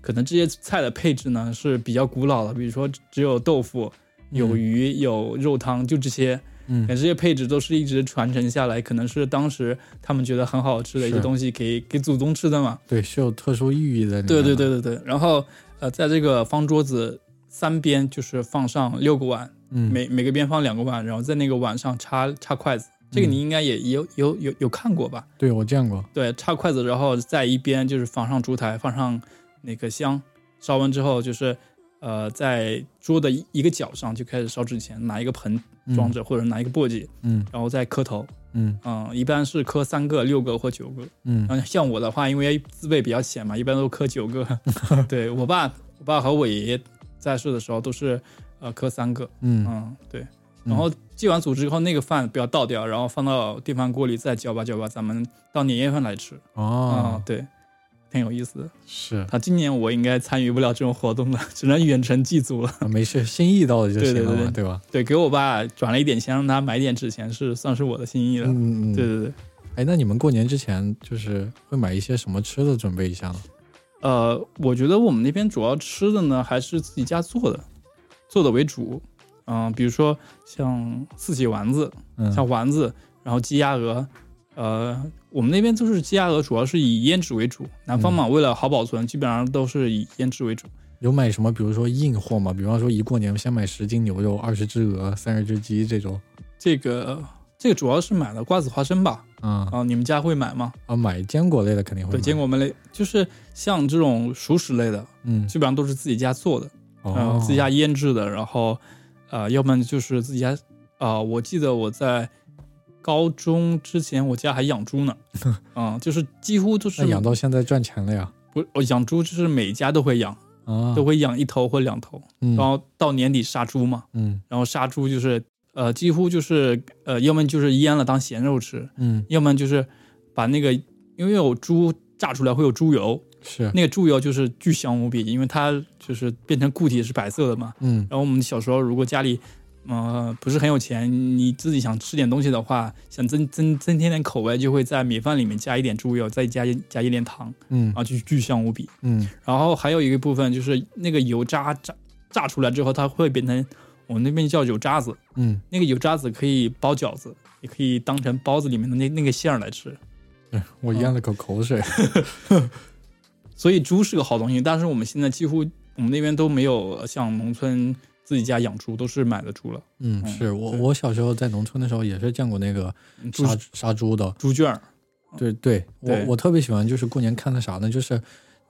可能这些菜的配置呢是比较古老的，比如说只有豆腐、有鱼、有肉汤，就这些。
嗯
感觉这些配置都是一直传承下来，可能是当时他们觉得很好吃的一些
是
东西给给祖宗吃的嘛。
对，是有特殊意义在里面。
对对，对对对。然后呃，在这个方桌子三边就是放上六个碗，
嗯，
每每个边放两个碗，然后在那个碗上插插筷子。这个
嗯
你应该也也有有有有看过吧？
对我见过，
对，插筷子，然后在一边就是放上烛台，放上那个香，烧完之后就是呃，在桌的一一个角上就开始烧纸钱，拿一个盆
嗯
装，着，或者拿一个簸箕，
嗯
然后再磕头。
嗯
嗯，一般是磕三个、六个或九个。
嗯
然后像我的话，因为自备比较浅嘛，一般都磕九个。 对我爸，我爸和我爷爷在世的时候都是呃磕三个。
嗯
嗯，对。然后祭完祖之后，那个饭不要倒掉，然后放到电饭锅里再搅吧搅吧，咱们当年夜饭来吃。啊、
哦，
对，挺有意思的。
是
啊，今年我应该参与不了这种活动了，只能远程祭祖了。
啊没事，心意到了就
对
行
对
了
对
嘛，
对
对吧？
对，给我爸转了一点钱，让他买点纸钱，是算是我的心意了。
嗯嗯，
对
嗯。
对对。
哎，那你们过年之前就是会买一些什么吃的准备一下呢？
呃，我觉得我们那边主要吃的呢，还是自己家做的，做的为主。嗯、比如说像四喜丸子，
嗯，
像丸子，然后鸡鸭鹅。呃，我们那边就是鸡鸭鹅，主要是以腌制为主。南方嘛，为了好保存，基本上都是以腌制为主。
有买什么，比如说硬货吗？比方说一过年先买十斤牛肉、二十只鹅、三十只鸡这种。
这个这个主要是买了瓜子花生吧？
嗯
啊、你们家会买吗？
啊，买坚果类的肯定会
对，
买。
坚果们类就是像这种熟食类的，
嗯，
基本上都是自己家做的。嗯，
哦，
自己家腌制的，然后呃，要不然就是自己家啊、我记得我在高中之前，我家还养猪 呢，嗯，就是几乎就
那
是
养到现在赚钱了呀？
不，我养猪就是每家都会养，
啊，
都会养一头或两头，
嗯
然后到年底杀猪嘛，
嗯
然后杀猪就是呃，几乎就是呃，要么就是腌了当咸肉吃，
嗯
要么就是把那个因为有猪炸出来会有猪油，
是
那个猪油就是巨香无比，因为它就是变成固体是白色的嘛。
嗯
然后我们小时候如果家里，呃，不是很有钱，你自己想吃点东西的话，想增增增添点口味，就会在米饭里面加一点猪油，再加一加一点糖，
嗯
然后就巨香无比。
嗯
然后还有一个部分就是那个油渣炸炸出来之后，它会变成我们那边叫油渣子，
嗯，
那个油渣子可以包饺子，也可以当成包子里面的那那个馅儿来吃。
哎我咽了口口水。
所以猪是个好东西，但是我们现在几乎我们那边都没有呃像农村自己家养猪，都是买的猪了，
嗯，
嗯
是我
对
我小时候在农村的时候也是见过那个
嗯猪
杀杀猪的。
猪圈儿。
对对，我
对
我特别喜欢，就是过年看的啥呢？就是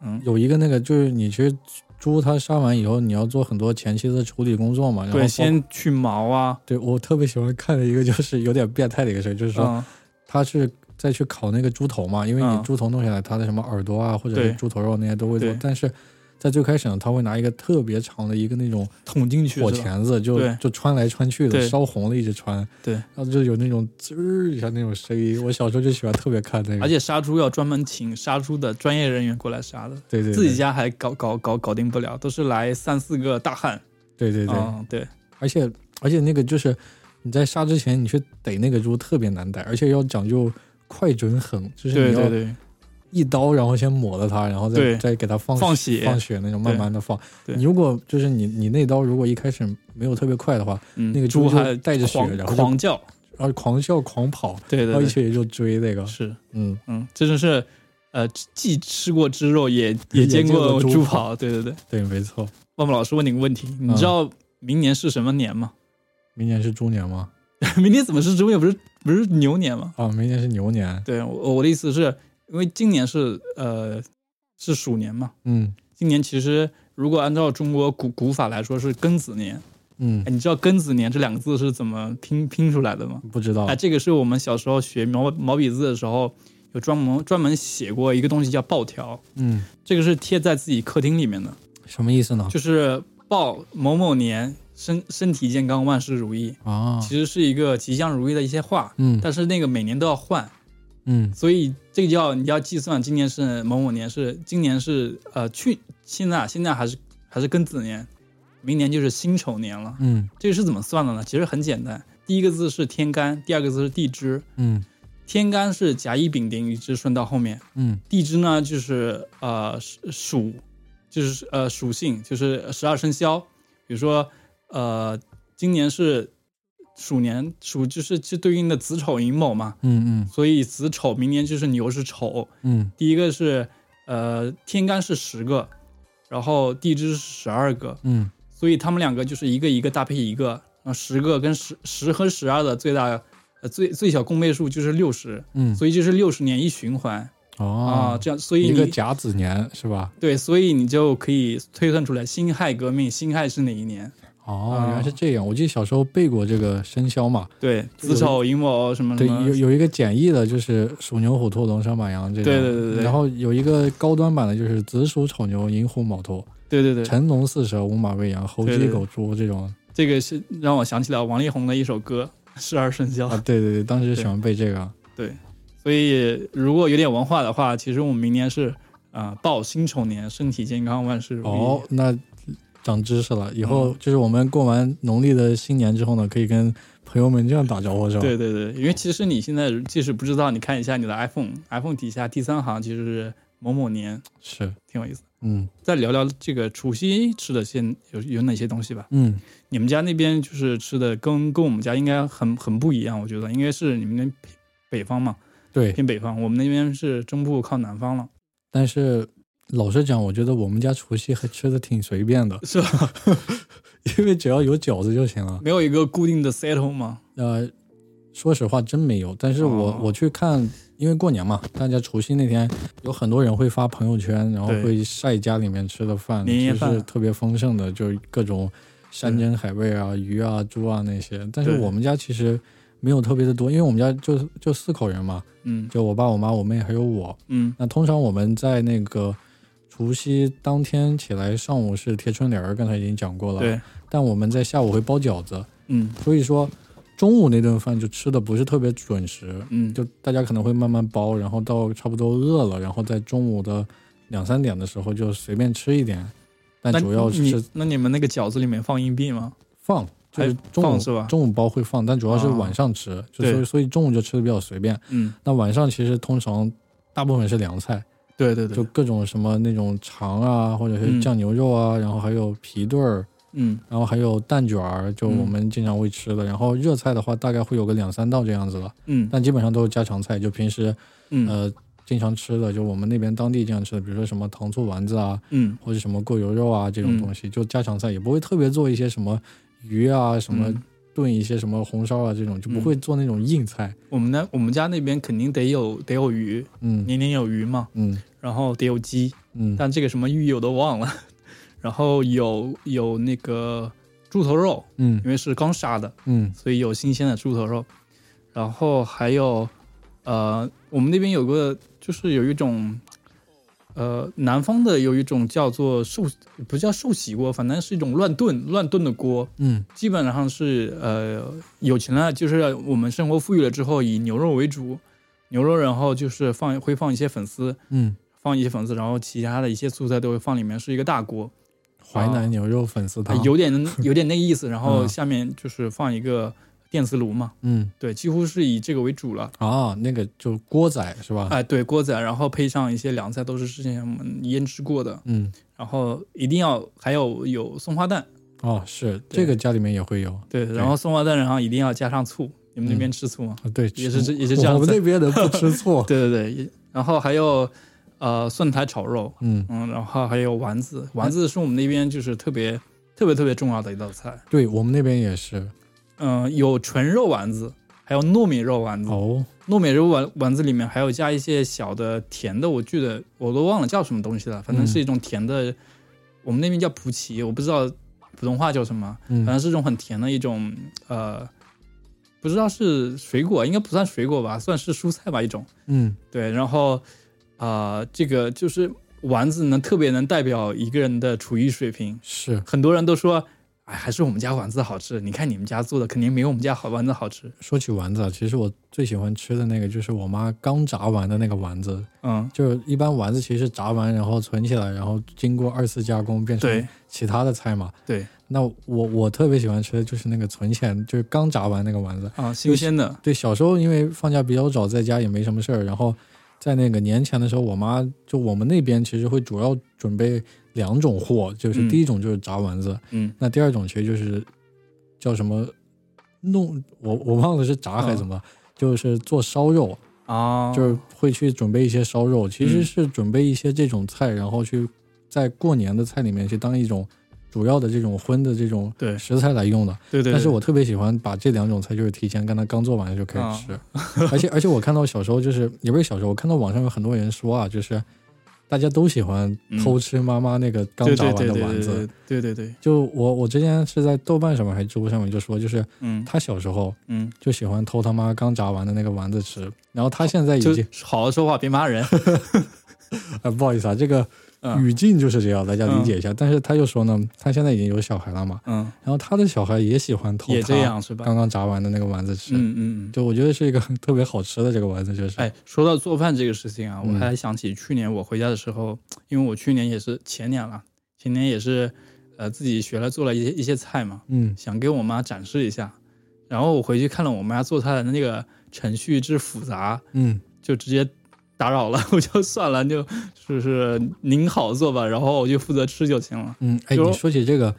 嗯，
有一个那个，就是你其实猪它杀完以后，你要做很多前期的处理工作嘛。然后包
对，先去毛啊，
对我特别喜欢看的一个就是有点变态的一个事儿，就是说
嗯，
他是再去烤那个猪头嘛，因为你
嗯
猪头弄下来，它的什么耳朵啊，或者
对
是猪头肉那些都会做
对，
但是在最开始呢，他会拿一个特别长的一个那种
捅进去
火
是吧
钳子，就
对
就穿来穿去的，
对
烧红了一直穿，
对
然后就有那种滋儿一下那种声音，我小时候就喜欢特别看那个，
而且杀猪要专门请杀猪的专业人员过来杀的，
对对
自己
家，
家还搞搞搞搞定不了，都是来三四个大汉。
对对对，
嗯，对，
而且而且那个就是你在杀之前，你去逮那个猪特别难逮，而且要讲究快准狠，就是
对
你要
对对，
一刀，然后先抹了它，然后再
对
再给它放
放
血
血
放血那种，慢慢的放。
对
你如果就是你你那刀如果一开始没有特别快的话，
嗯，
那个
猪
猪
还
就带着血
狂
然后就
狂叫，
然后狂笑狂跑，
对
然后
对
一
对，
血就追那个，
是，
嗯，
嗯，这就是呃，既吃过猪肉，也也
见
见
过
过
猪
猪
跑嗯
跑，对对对。
对，没错。
万木老师问你个问题，你知道明年是什么年吗？
明年是猪年吗？
明年怎么是猪也不是不是牛年吗？
啊，明年是牛年，
对我我的意思是，因为今年是呃是鼠年嘛，
嗯
今年其实如果按照中国古古法来说是庚子年。
嗯
哎，，你知道“庚子年”这两个字是怎么拼拼出来的吗？
不知道
哎，，这个是我们小时候学毛毛笔字的时候有专门专门写过一个东西叫报条，
嗯，
这个是贴在自己客厅里面的，
什么意思呢？
就是报某某年身身体健康万事如意，
啊，
其实是一个吉祥如意的一些话，
嗯
但是那个每年都要换，
嗯
所以这个要你要计算，今年是某某年是今年是呃去现在现在还是还是庚子年，明年就是辛丑年了。
嗯
这个是怎么算的呢？其实很简单，第一个字是天干，第二个字是地支，
嗯
天干是甲乙丙丁，与之顺到后面。
嗯
地支呢就是呃属，就是呃属性，就是十二生肖。比如说呃，今年是鼠年，鼠就是就对应的子丑寅卯嘛，
嗯
所以子丑，明年就是牛是丑。
嗯嗯
第一个是呃天干是十个，然后地支是十二个，
嗯
所以他们两个就是一个一个搭配一个，啊，十个跟十十和十二的最大呃最最小共倍数就是六十，
嗯，
所以就是六十年一循环啊、
哦，
这样，所以
一个
你
甲子年是吧？
对，所以你就可以推算出来辛亥革命，辛亥是哪一年？
哦，
啊
原来是这样。我记得小时候背过这个生肖嘛，
对，子丑寅卯什么什
对，
么
有，有一个简易的，就是属牛、虎、兔、龙、蛇、马、羊这种。
对对对对对
然后有一个高端版的，就是子鼠、丑牛、寅虎、卯兔、
对对对，
辰龙、巳蛇、午马、未羊、猴
对
鸡、
对啊对
狗、猪这种。
这个是让我想起了王力宏的一首歌《十二 生肖》
啊，对对对，当时喜欢背这个。
所以如果有点文化的话，其实我们明年是啊、呃报辛丑年，身体健康，万事如意。
哦，那长知识了。以
嗯
后就是我们过完农历的新年之后呢，可以跟朋友们这样打招呼是吧？
对对对，因为其实你现在即使不知道，你看一下你的 iPhone，iPhone 底下第三行其实是某某年，
是，
挺有意思的。
嗯
再聊聊这个除夕吃的些有有哪些东西吧。
嗯，
你们家那边就是吃的跟跟我们家应该很很不一样，我觉得应该是你们那北北方嘛，
对。
偏北方，我们那边是中部靠南方了，
但是老实讲，我觉得我们家除夕还吃的挺随便的，
是吧？
因为只要有饺子就行了。
没有一个固定的 settle 吗？
呃，说实话真没有，但是我、
哦
我去看，因为过年嘛，大家除夕那天有很多人会发朋友圈，然后
对
会晒家里面吃的饭，
年夜
就
饭
是特别丰盛的，就各种山珍海味啊、鱼啊、猪啊那些。但是
对
我们家其实没有特别的多，因为我们家就就四口人嘛，
嗯
就我爸、我妈、我妹还有我。
嗯
那通常我们在那个除夕当天起来，上午是贴春联儿，刚才已经讲过了。
对，
但我们在下午会包饺子，
嗯
所以说中午那顿饭就吃的不是特别准时，
嗯
就大家可能会慢慢包，然后到差不多饿了，然后在中午的两三点的时候就随便吃一点，但
那
主要
你
是
那你们那个饺子里面放硬币吗？
放，就
还
是中午
放是吧哦
中午包会放，但主要是晚上吃，就所以
对
所以中午就吃的比较随便。
嗯，
那晚上其实通常大部分是凉菜，
对对对，
就各种什么那种肠啊，或者是
嗯
酱牛肉啊，然后还有皮炖儿。
嗯
然后还有蛋卷儿，就
嗯
我们经常会吃的。然后热菜的话，大概会有个两三道这样子了，
嗯
但基本上都是家常菜，就平时
嗯
呃经常吃的，就我们那边当地这样吃的，比如说什么糖醋丸子啊，
嗯
或者什么过油肉啊这种
嗯
东西，就家常菜，也不会特别做一些什么鱼啊，什么
嗯
炖一些什么红烧啊这种，就不
嗯
会做那种硬菜。
我们那我们家那边肯定得有得有鱼，
嗯
年年有余嘛，
嗯
然后得有鸡，
嗯
但这个什么鱼我都忘了， 然后有有那个猪头肉，
嗯
因为是刚杀的，
嗯
所以有新鲜的猪头肉，然后还有呃，我们那边有个就是有一种。呃，南方的有一种叫做寿，不叫寿喜锅，反正是一种乱炖乱炖的锅，
嗯
基本上是呃有钱了，就是我们生活富裕了之后，以牛肉为主，牛肉然后就是放会放一些粉丝，
嗯，
放一些粉丝，然后其他的一些素菜都会放里面，是一个大锅，
淮南牛肉粉丝
它
汤。
哎有点有点那个意思，然后
嗯
下面就是放一个电磁炉嘛，
嗯
对，几乎是以这个为主了。
啊，那个就锅仔是吧？
哎，对，锅仔，然后配上一些凉菜，都是之前我们腌制过的，
嗯。
然后一定要还有有松花蛋，
哦，是
对
这个家里面也会有，
对，然后松花蛋，然后一定要加上醋。你们那边吃醋吗？
啊对，吃
也是这也是这样
我们
子，
那边的不吃醋
对对对，然后还有呃蒜苔炒肉，
嗯，
嗯，然后还有丸子，丸子是我们那边就是特别特别特别重要的一道菜，
对我们那边也是。
嗯、有纯肉丸子，还有糯米肉丸子，
哦，
糯米肉丸丸子里面还有加一些小的甜的，我记得我都忘了叫什么东西了，反正是一种甜的，我们那边叫蒲奇，我不知道普通话叫什么，
嗯
反正是一种很甜的一种呃。不知道是水果，应该不算水果吧，算是蔬菜吧一种。
嗯
对，然后啊、呃这个就是丸子能特别能代表一个人的厨艺水平。
是，
很多人都说啊、哎，还是我们家丸子好吃。你看你们家做的肯定没我们家好丸子好吃。
说起丸子啊，其实我最喜欢吃的那个就是我妈刚炸完的那个丸子，
嗯，
就是一般丸子其实是炸完然后存起来，然后经过二次加工变成
对
其他的菜嘛。
对
那我我特别喜欢吃的就是那个存起来，就是刚炸完那个丸子。
啊，新鲜的，
对，小时候因为放假比较早，在家也没什么事儿，然后在那个年前的时候，我妈就我们那边其实会主要准备两种货，就是
嗯
第一种就是炸丸子，
嗯，
那第二种其实就是叫什么弄，我我忘了是炸
嗯
还是怎么，就是做烧肉，
啊，
就是会去准备一些烧肉，其
嗯
实是准备一些这种菜，然后去在过年的菜里面去当一种主要的这种荤的这种
对
食材来用的。
对对对，
但是我特别喜欢把这两种菜就是提前跟它刚做完就开始吃，
嗯
而且而且我看到小时候就是也不是小时候，我看到网上有很多人说啊，就是大家都喜欢偷吃妈妈那个刚
嗯对
炸
对
完
对
的
对
丸
对
子。
对对对，
就我我之前是在豆瓣上面还是知乎上面就说，就是
嗯
他小时候
嗯，
就喜欢偷他妈刚炸完的那个丸子吃，然后他现在已
就
经
好好说话，别骂人。
啊不好意思啊，这个
嗯
语境就是这样，大家理解一下。但是他就说呢，他现在已经有小孩了嘛，
嗯，
然后他的小孩也喜欢偷
也这
他
样是吧？
刚刚炸完的那个丸子吃。
嗯嗯嗯。
就我觉得是一个很特别好吃的这个丸子，就是，
哎，说到做饭这个事情啊，我
嗯
还想起去年我回家的时候，因为我去年也是前年了，前年也是呃自己学了做了一些一些菜嘛，
嗯，
想给我妈展示一下。然后我回去看了我妈做菜的那个程序之复杂，
嗯，
就直接打扰了， 我就算了，就是是您好做吧，然后我就负责吃就行了。
嗯，哎，
就
你说起这个，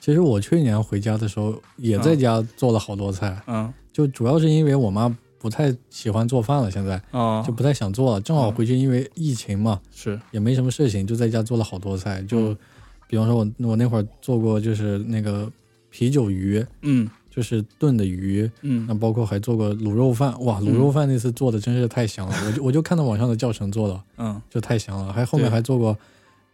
其实我去年回家的时候也在家做了好多菜，
嗯
就主要是因为我妈不太喜欢做饭了，现在
哦，
嗯就不太想做了。正
嗯
好回去，因为疫情嘛，
是
也没什么事情，就在家做了好多菜。就
嗯
比方说我我那会儿做过就是那个啤酒鱼，
嗯
就是炖的鱼，那
嗯
包括还做过卤肉饭，哇，卤肉饭那次做的真是太香了，我就我就看到网上的教程做了。
嗯
就太香了。还后面
对
还做过，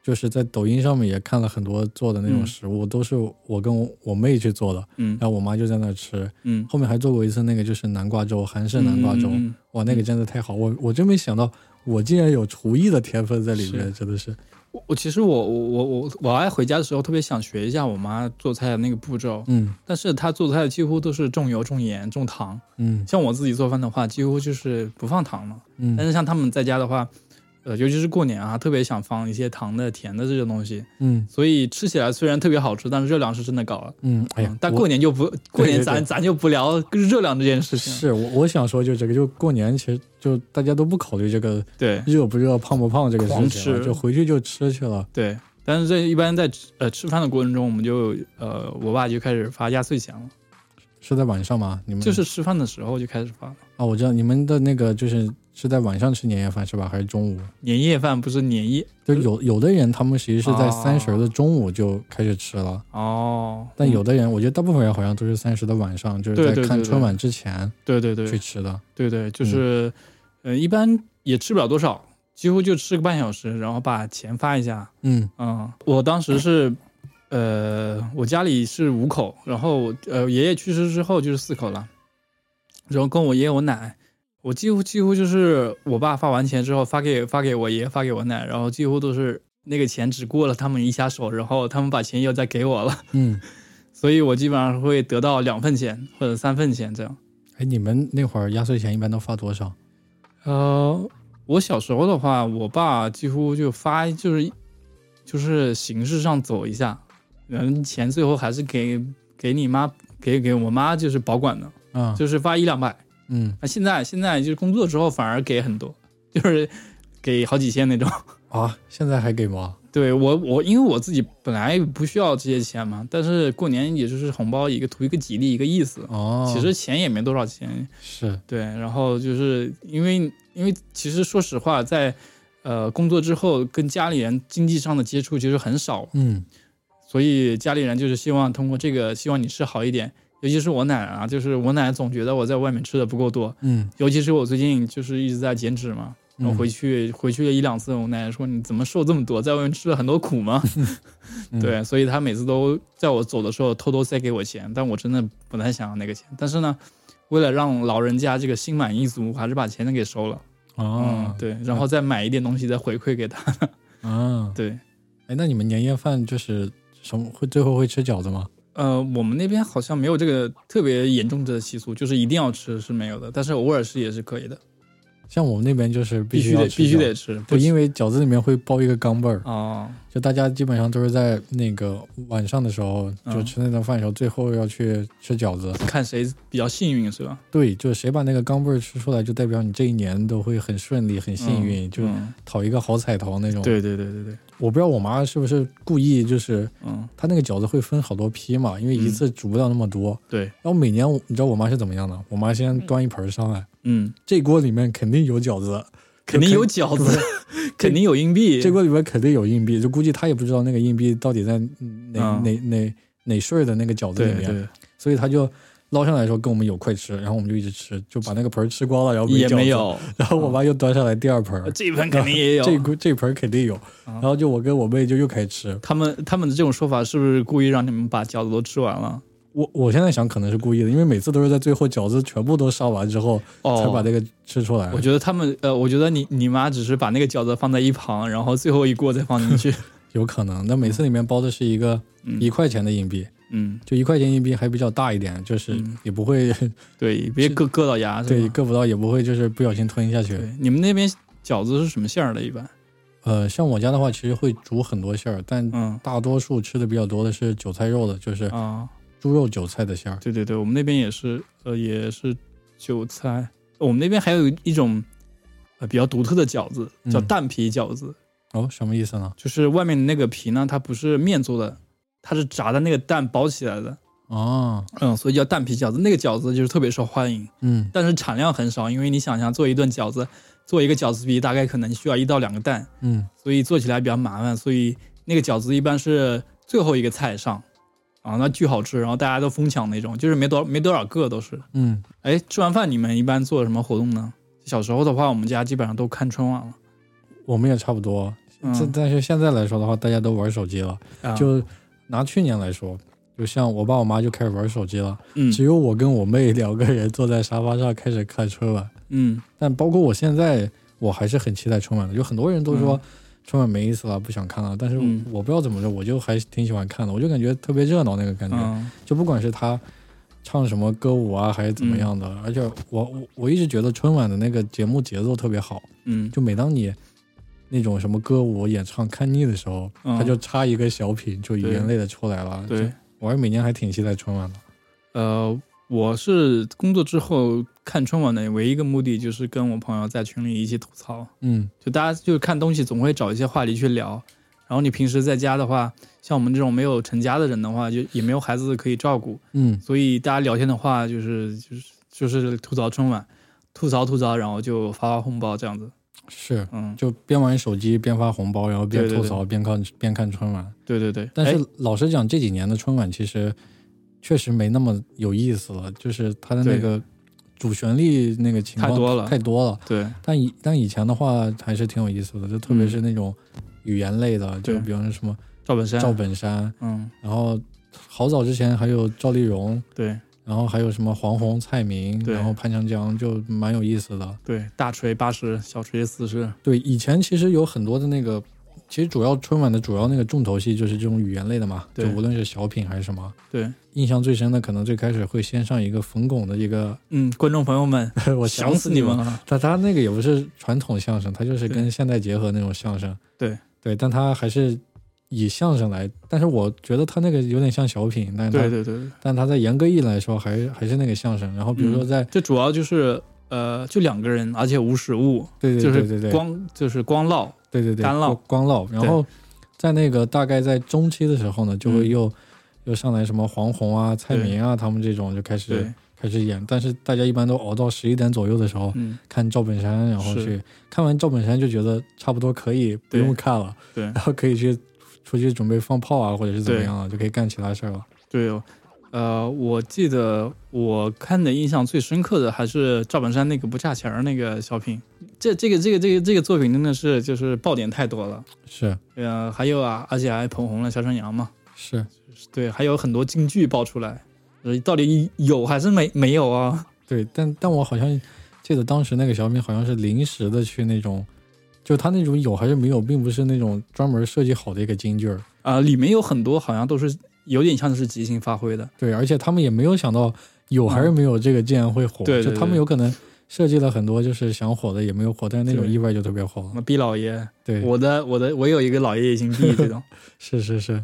就是在抖音上面也看了很多做的那种
嗯
食物，都是我跟我我妹去做的，
嗯
然后我妈就在那儿吃。
嗯，
后面还做过一次那个就是南瓜粥，韩式南瓜粥，
嗯嗯嗯
哇，那个真的太好，我我真没想到我竟然有厨艺的天分在里面，真的是，
我我其实我我我我我爱回家的时候特别想学一下我妈做菜的那个步骤，
嗯
但是她做菜几乎都是重油、重盐、重糖。
嗯
像我自己做饭的话，几乎就是不放糖了。但
嗯
是像他们在家的话，呃，尤其是过年啊，特别想放一些糖的、甜的这些东西，
嗯
所以吃起来虽然特别好吃，但是热量是真的高了。
嗯，哎呀
嗯，但
我
过年就不过
对
年
对
咱
对
咱就不聊热量这件事情了。
是我我想说就这个，就过年其实就大家都不考虑这个
对
热不热、胖不胖这个事
狂
情了，
吃
就回去就吃去了，
对，但是这一般在吃呃吃饭的过程中，我们就呃我爸就开始发压岁钱了，
是在晚上吗？你们
就是吃饭的时候就开始发了。
啊，我知道你们的那个就是是在晚上吃年夜饭是吧？还是中午？
年夜饭不是年夜
就有有的人他们其实是在
哦
三十的中午就开始吃了，
哦，
但
嗯
有的人我觉得大部分人好像都是三十的晚上，就
对
是在
对
看
对对
春晚之前
对对对
去吃的。
对对，就是、
嗯
呃一般也吃不了多少，几乎就吃个半小时，然后把钱发一下。
嗯
嗯，我当时是。呃，我家里是五口，然后呃，爷爷去世之后就是四口了，然后跟我爷爷我奶，我几乎几乎就是我爸发完钱之后发给发给我爷发给我奶，然后几乎都是那个钱只过了他们一下手，然后他们把钱又再给我了，
嗯，
所以我基本上会得到两份钱或者三份钱这样。
哎，你们那会儿压岁钱一般都发多少？
呃，我小时候的话，我爸几乎就发就是就是形式上走一下，嗯，钱最后还是给给你妈给给我妈就是保管的，
啊，
就是发一两百。
嗯
那现在现在就是工作之后反而给很多，就是给好几千那种。
啊，现在还给吗？
对我我因为我自己本来不需要这些钱嘛，但是过年也就是红包一个图一个吉利一个意思，
哦，
其实钱也没多少钱，
是，
对，然后就是因为因为其实说实话，在呃工作之后跟家里人经济上的接触其实很少，
嗯
所以家里人就是希望通过这个希望你吃好一点。尤其是我奶奶啊，就是我奶奶总觉得我在外面吃的不够多，
嗯
尤其是我最近就是一直在减脂嘛，然后
嗯
回去、回去了一两次，我奶奶说你怎么瘦这么多，在外面吃了很多苦吗？
嗯
对，所以她每次都在我走的时候偷偷塞给我钱，但我真的不太想要那个钱。但是呢，为了让老人家这个心满意足，我还是把钱给收了。
哦
嗯，对，然后再买一点东西再回馈给他。
啊，
对，
哎，那你们年夜饭就是什么会最后会吃饺子吗？
呃，我们那边好像没有这个特别严重的习俗，就是一定要吃是没有的，但是偶尔吃也是可以的，
像我们那边就是
必
须
得
要吃
必须
饺
得吃，
对，因
为
为饺子里面会包一个钢镚儿，
哦，
就大家基本上都是在那个晚上的时候，
嗯
就吃那顿饭的时候，最后要去吃饺子。
看谁比较幸运是吧？
对，就谁把那个钢镚儿吃出来，就代表你这一年都会很顺利、很幸运，
嗯
就
嗯
讨一个好彩头那种。，
对对对对对，
我不知道我妈是不是故意，就是
嗯，
她那个饺子会分好多批嘛，因为一次煮不了那么多。
对，
然后每年我你知道我妈是怎么样的？我妈先端一盆儿上来，
嗯，
这锅里面肯定有饺子，
肯定有饺子， 肯定有硬币，
这锅里面肯定有硬币，就估计她也不知道那个硬币到底在嗯哪、
嗯
哪哪哪顺儿的那个饺子里
对
面。
对，
所以他就捞上来的时候跟我们有块吃，然后我们就一直吃，就把那个盆儿吃光了，然后
也
饺子
没。有，啊
然后我妈又端上来第二盆儿，
这一盆肯定也有。
这锅这盆儿肯定有。
嗯
然后就我跟我妹就又开始吃。
他们他们的这种说法是不是故意让你们把饺子都吃完了？
我我现在想可能是故意的，因为每次都是在最后饺子全部都上完之后、
哦，
才把这个吃出来。
我觉得他们呃，我觉得你你妈只是把那个饺子放在一旁，然后最后一锅再放进 去。
有可能，那每次里面包的是一个
嗯
一块钱的硬币，
嗯，
就一块钱硬币还比较大一点，就是
嗯
也不会、
对，别硌硌到牙是
对
吧？
硌不到，也不会就是不小心吞下去。
对，你们那边饺子是什么馅儿的？一般，
呃，像我家的话，其实会煮很多馅儿，但
嗯
大多数吃的比较多的是韭菜肉的，就是
啊，
猪肉韭菜的馅儿。
对对对，我们那边也是，呃，也是韭菜。我们那边还有一种呃比较独特的饺子，叫
嗯
蛋皮饺子，
哦，什么意思呢？
就是外面的那个皮呢，它不是面做的，它是炸的那个蛋包起来的。
哦，
嗯，所以叫蛋皮饺子。那个饺子就是特别受欢迎，
嗯，
但是产量很少，因为你想想做一顿饺子，做一个饺子皮大概可能需要一到两个蛋，
嗯，
所以做起来比较麻烦。所以那个饺子一般是最后一个菜上，啊，那巨好吃，然后大家都疯抢那种，就是没多少没多少个都是。
嗯，
哎，吃完饭你们一般做什么活动呢？小时候的话，我们家基本上都看春晚了。
我们也差不多。
嗯
这、但是现在来说的话，大家都玩手机了。
啊
就拿去年来说，就像我爸我妈就开始玩手机了，
嗯
只有我跟我妹两个人坐在沙发上开始看春晚。
嗯
但包括我现在，我还是很期待春晚的。有很多人都说
嗯
春晚没意思了，不想看了。但是
嗯
我不知道怎么着，我就还挺喜欢看的，我就感觉特别热闹那个感觉。
嗯
就不管是他唱什么歌舞啊，还是怎
嗯
么样的，而且我我我一直觉得春晚的那个节目节奏特别好，
嗯，
就每当你那种什么歌舞演唱看腻的时候，
嗯
他就插一个小品，就
对
眼泪的出来了。
对
就，。我还每年还挺期待春晚的。
呃，我是工作之后看春晚的唯一一个目的就是跟我朋友在群里一起吐槽，
嗯
就大家就是看东西总会找一些话题去聊。然后你平时在家的话，像我们这种没有成家的人的话，就也没有孩子可以照顾，
嗯，
所以大家聊天的话就是就是就是吐槽春晚，吐槽吐槽，然后就发发红包这样子。
是。
嗯，
就边玩手机边发红包，然后边
对对
吐槽边看边看春晚。
对对对。
但
哎
是老实讲，这几年的春晚其实确实没那么有意思了，就是它的那
对
个主旋律那个情
太
况
多了
太多了。
对，
但以但以前的话还是挺有意思的，就特别是那种语言类的，就
嗯对
比方说什么
赵本山，
赵本山，
嗯，
然后好早之前还有赵丽蓉，
对
然后还有什么黄宏、蔡明，
对
然后潘长江，就蛮有意思的。
对，大锤八十，小锤四十，
对，以前其实有很多的那个，其实主要春晚的主要那个重头戏就是这种语言类的嘛，就
对
无论是小品还是什么。
对，
印象最深的可能最开始会先上一个冯拱的一个，
嗯，观众朋友们，
我
想
死
死你
们
们啊
了。
了。
但他那个也不是传统相声，他就是
对
跟现代结合那种相声。
对
对，但他还是以相声来，但是我觉得他那个有点像小品，但是他
对对对对。
但他在严格意义来说还是还是那个相声。然后比如说在、
这主要就是呃，就两个人，而且无实物，
对对
就
对对对
是光就是光唠，
对对对
干唠
光光唠，然后在那个大概在中期的时候呢，就会
嗯
又、又上来什么黄宏啊、蔡
对
明啊他们这种就开始
对，
开始演，但是大家一般都熬到十一点左右的时候，
嗯，
看赵本山，然后
是
去看完赵本山就觉得差不多可以不
对
用看了，
对
然后可以去出去准备放炮啊，或者是怎么
对
样了，就可以干其他事儿了。
对哦，呃，我记得我看的印象最深刻的还是赵本山那个不差钱儿那个小品，这这个这个这个这个作品真的是就是爆点太多了，
是
呃，还有啊，而且还捧红了小沈阳嘛，
是，
对，还有很多京剧爆出来，呃到底有还是没没有啊？
对，但但我好像记得当时那个小品好像是临时的去那种，就他那种有还是没有，并不是那种专门设计好的一个京剧儿。
啊、里面有很多好像都是有点像是即兴发挥的。
对，而且他们也没有想到有还是没有这个竟然会火，
嗯对对对
就他们有可能设计了很多就是想火的也没有火，但是那种
对
意外就特别火
什。么毕老爷，
对，
我的我的我有一个老爷已经毕这种。
是是是，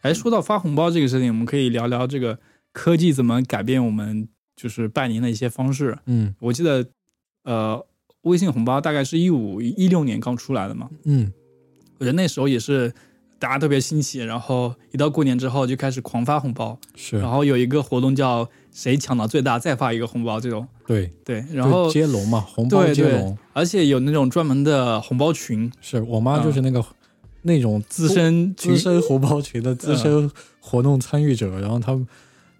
哎，说到发红包这个事情，我们可以聊聊这个科技怎么改变我们就是拜年的一些方式。
嗯
我记得，呃，微信红包大概是一五一六年刚出来的嘛，
嗯，
我觉得那时候也是大家特别新奇，然后一到过年之后就开始狂发红包，
是
然后有一个活动叫谁抢到最大再发一个红包这种，
对，
对，然后
就接龙嘛，红包
对
接
对
龙，
而且有那种专门的红包群，
是我妈就是那个、那种
嗯资深嗯群
资，深 红包群的资深活动参与者，然后他们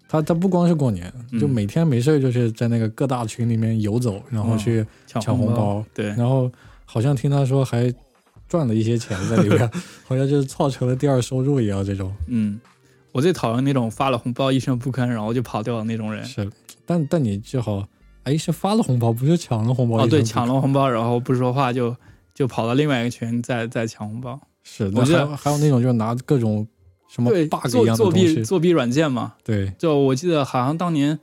他他不光是过年，
嗯
就每天没事儿就是在那个各大群里面游走，然后去
嗯抢
抢红
红
包，
对，
然后好像听他说还赚了一些钱在里 边，好像就是造成了第二收入一样这种。
嗯，我最讨厌那种发了红包一声不吭然后就跑掉的那种人。
是，但但你最好，哎，是发了红包，不是抢了红包？
哦，对，
一声不
抢了红包，然后不说话就就跑到另外一个群再再抢红包。
是，
我
那
记
还
得
有还有那种就是拿各种什么
对，
bug 一
作
样的
作
东
弊
西，
作弊软件嘛，
对，
就我记得好像当年，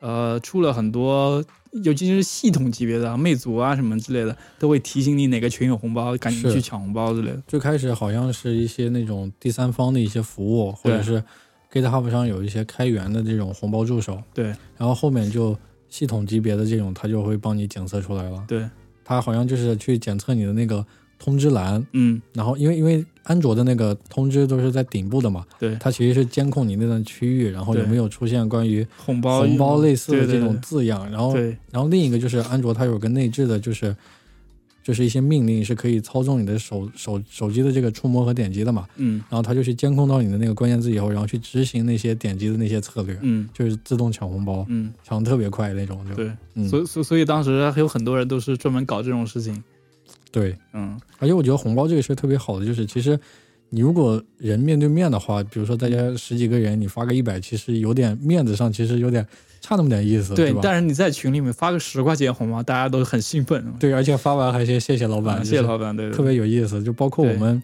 呃，出了很多，尤其是系统级别的魅族啊什么之类的，都会提醒你哪个群有红包，赶紧
是
去抢红包之类的。
最开始好像是一些那种第三方的一些服务，或
对
者是 GitHub 上有一些开源的这种红包助手，
对，
然后后面就系统级别的这种，它就会帮你检测出来了。
对，
它好像就是去检测你的那个通知栏，
嗯，
然后因为因为安卓的那个通知都是在顶部的嘛，
对，
它其实是监控你那段区域，然后有
对
没有出现关于
红包
红包类似的
对对
这种
对
字样，然后
对
然后另一个就是安卓它有个内置的，就是就是一些命令是可以操纵你的手手手机的这个触摸和点击的嘛，
嗯
然后它就去监控到你的那个关键字以后，然后去执行那些点击的那些策略，
嗯
就是自动抢红包，
嗯，
抢得特别快那种就，
对，
嗯，
所以所以所以当时还有很多人都是专门搞这种事情，
对，
嗯
而且我觉得红包这个事儿特别好的就是其实。你如果人面对面的话，比如说大家十几个人，你发个一百，其实有点面子上其实有点差那么点意思，
对
吧，？
但是你在群里面发个十块钱红包，大家都很兴奋，
对，而且发完还先谢谢老板，
嗯，
就
谢谢
是
老板，对，对
特别有意思。就包括我
对
们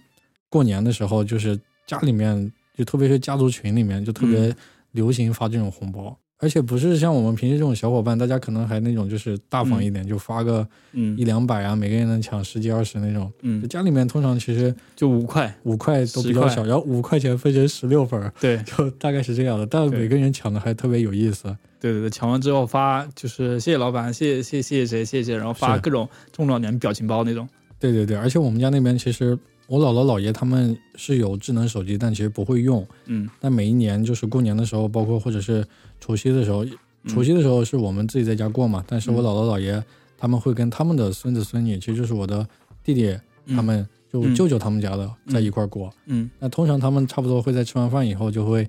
过年的时候，就是家里面，就特别是家族群里面，就特
嗯
别流行发这种红包，而且不是像我们平时这种小伙伴，大家可能还那种就是大方一点，就发个一
嗯
两百啊，每个人能抢十几二十那种。就
嗯，
家里面通常其实
就五块，
五块都比较
10
少，然后五块钱分成十六份儿，
对
就大概是这样的。但
对
每个人抢的还特别有意思，
对对对，抢完之后发就是谢谢老板，谢谢谢谢谢谁谢谢，然后发
是
各种中老年表情包那种。
对对对。而且我们家那边其实我姥姥姥爷他们是有智能手机，但其实不会用。
嗯，
但每一年就是过年的时候，包括或者是除夕的时候，
嗯
除夕的时候是我们自己在家过嘛，但是我
嗯
姥姥姥爷他们会跟他们的孙子孙女，其实就是我的弟弟
嗯
他们，就
嗯
舅舅他们家的在一块儿过。
嗯
那通常他们差不多会在吃完饭以后就会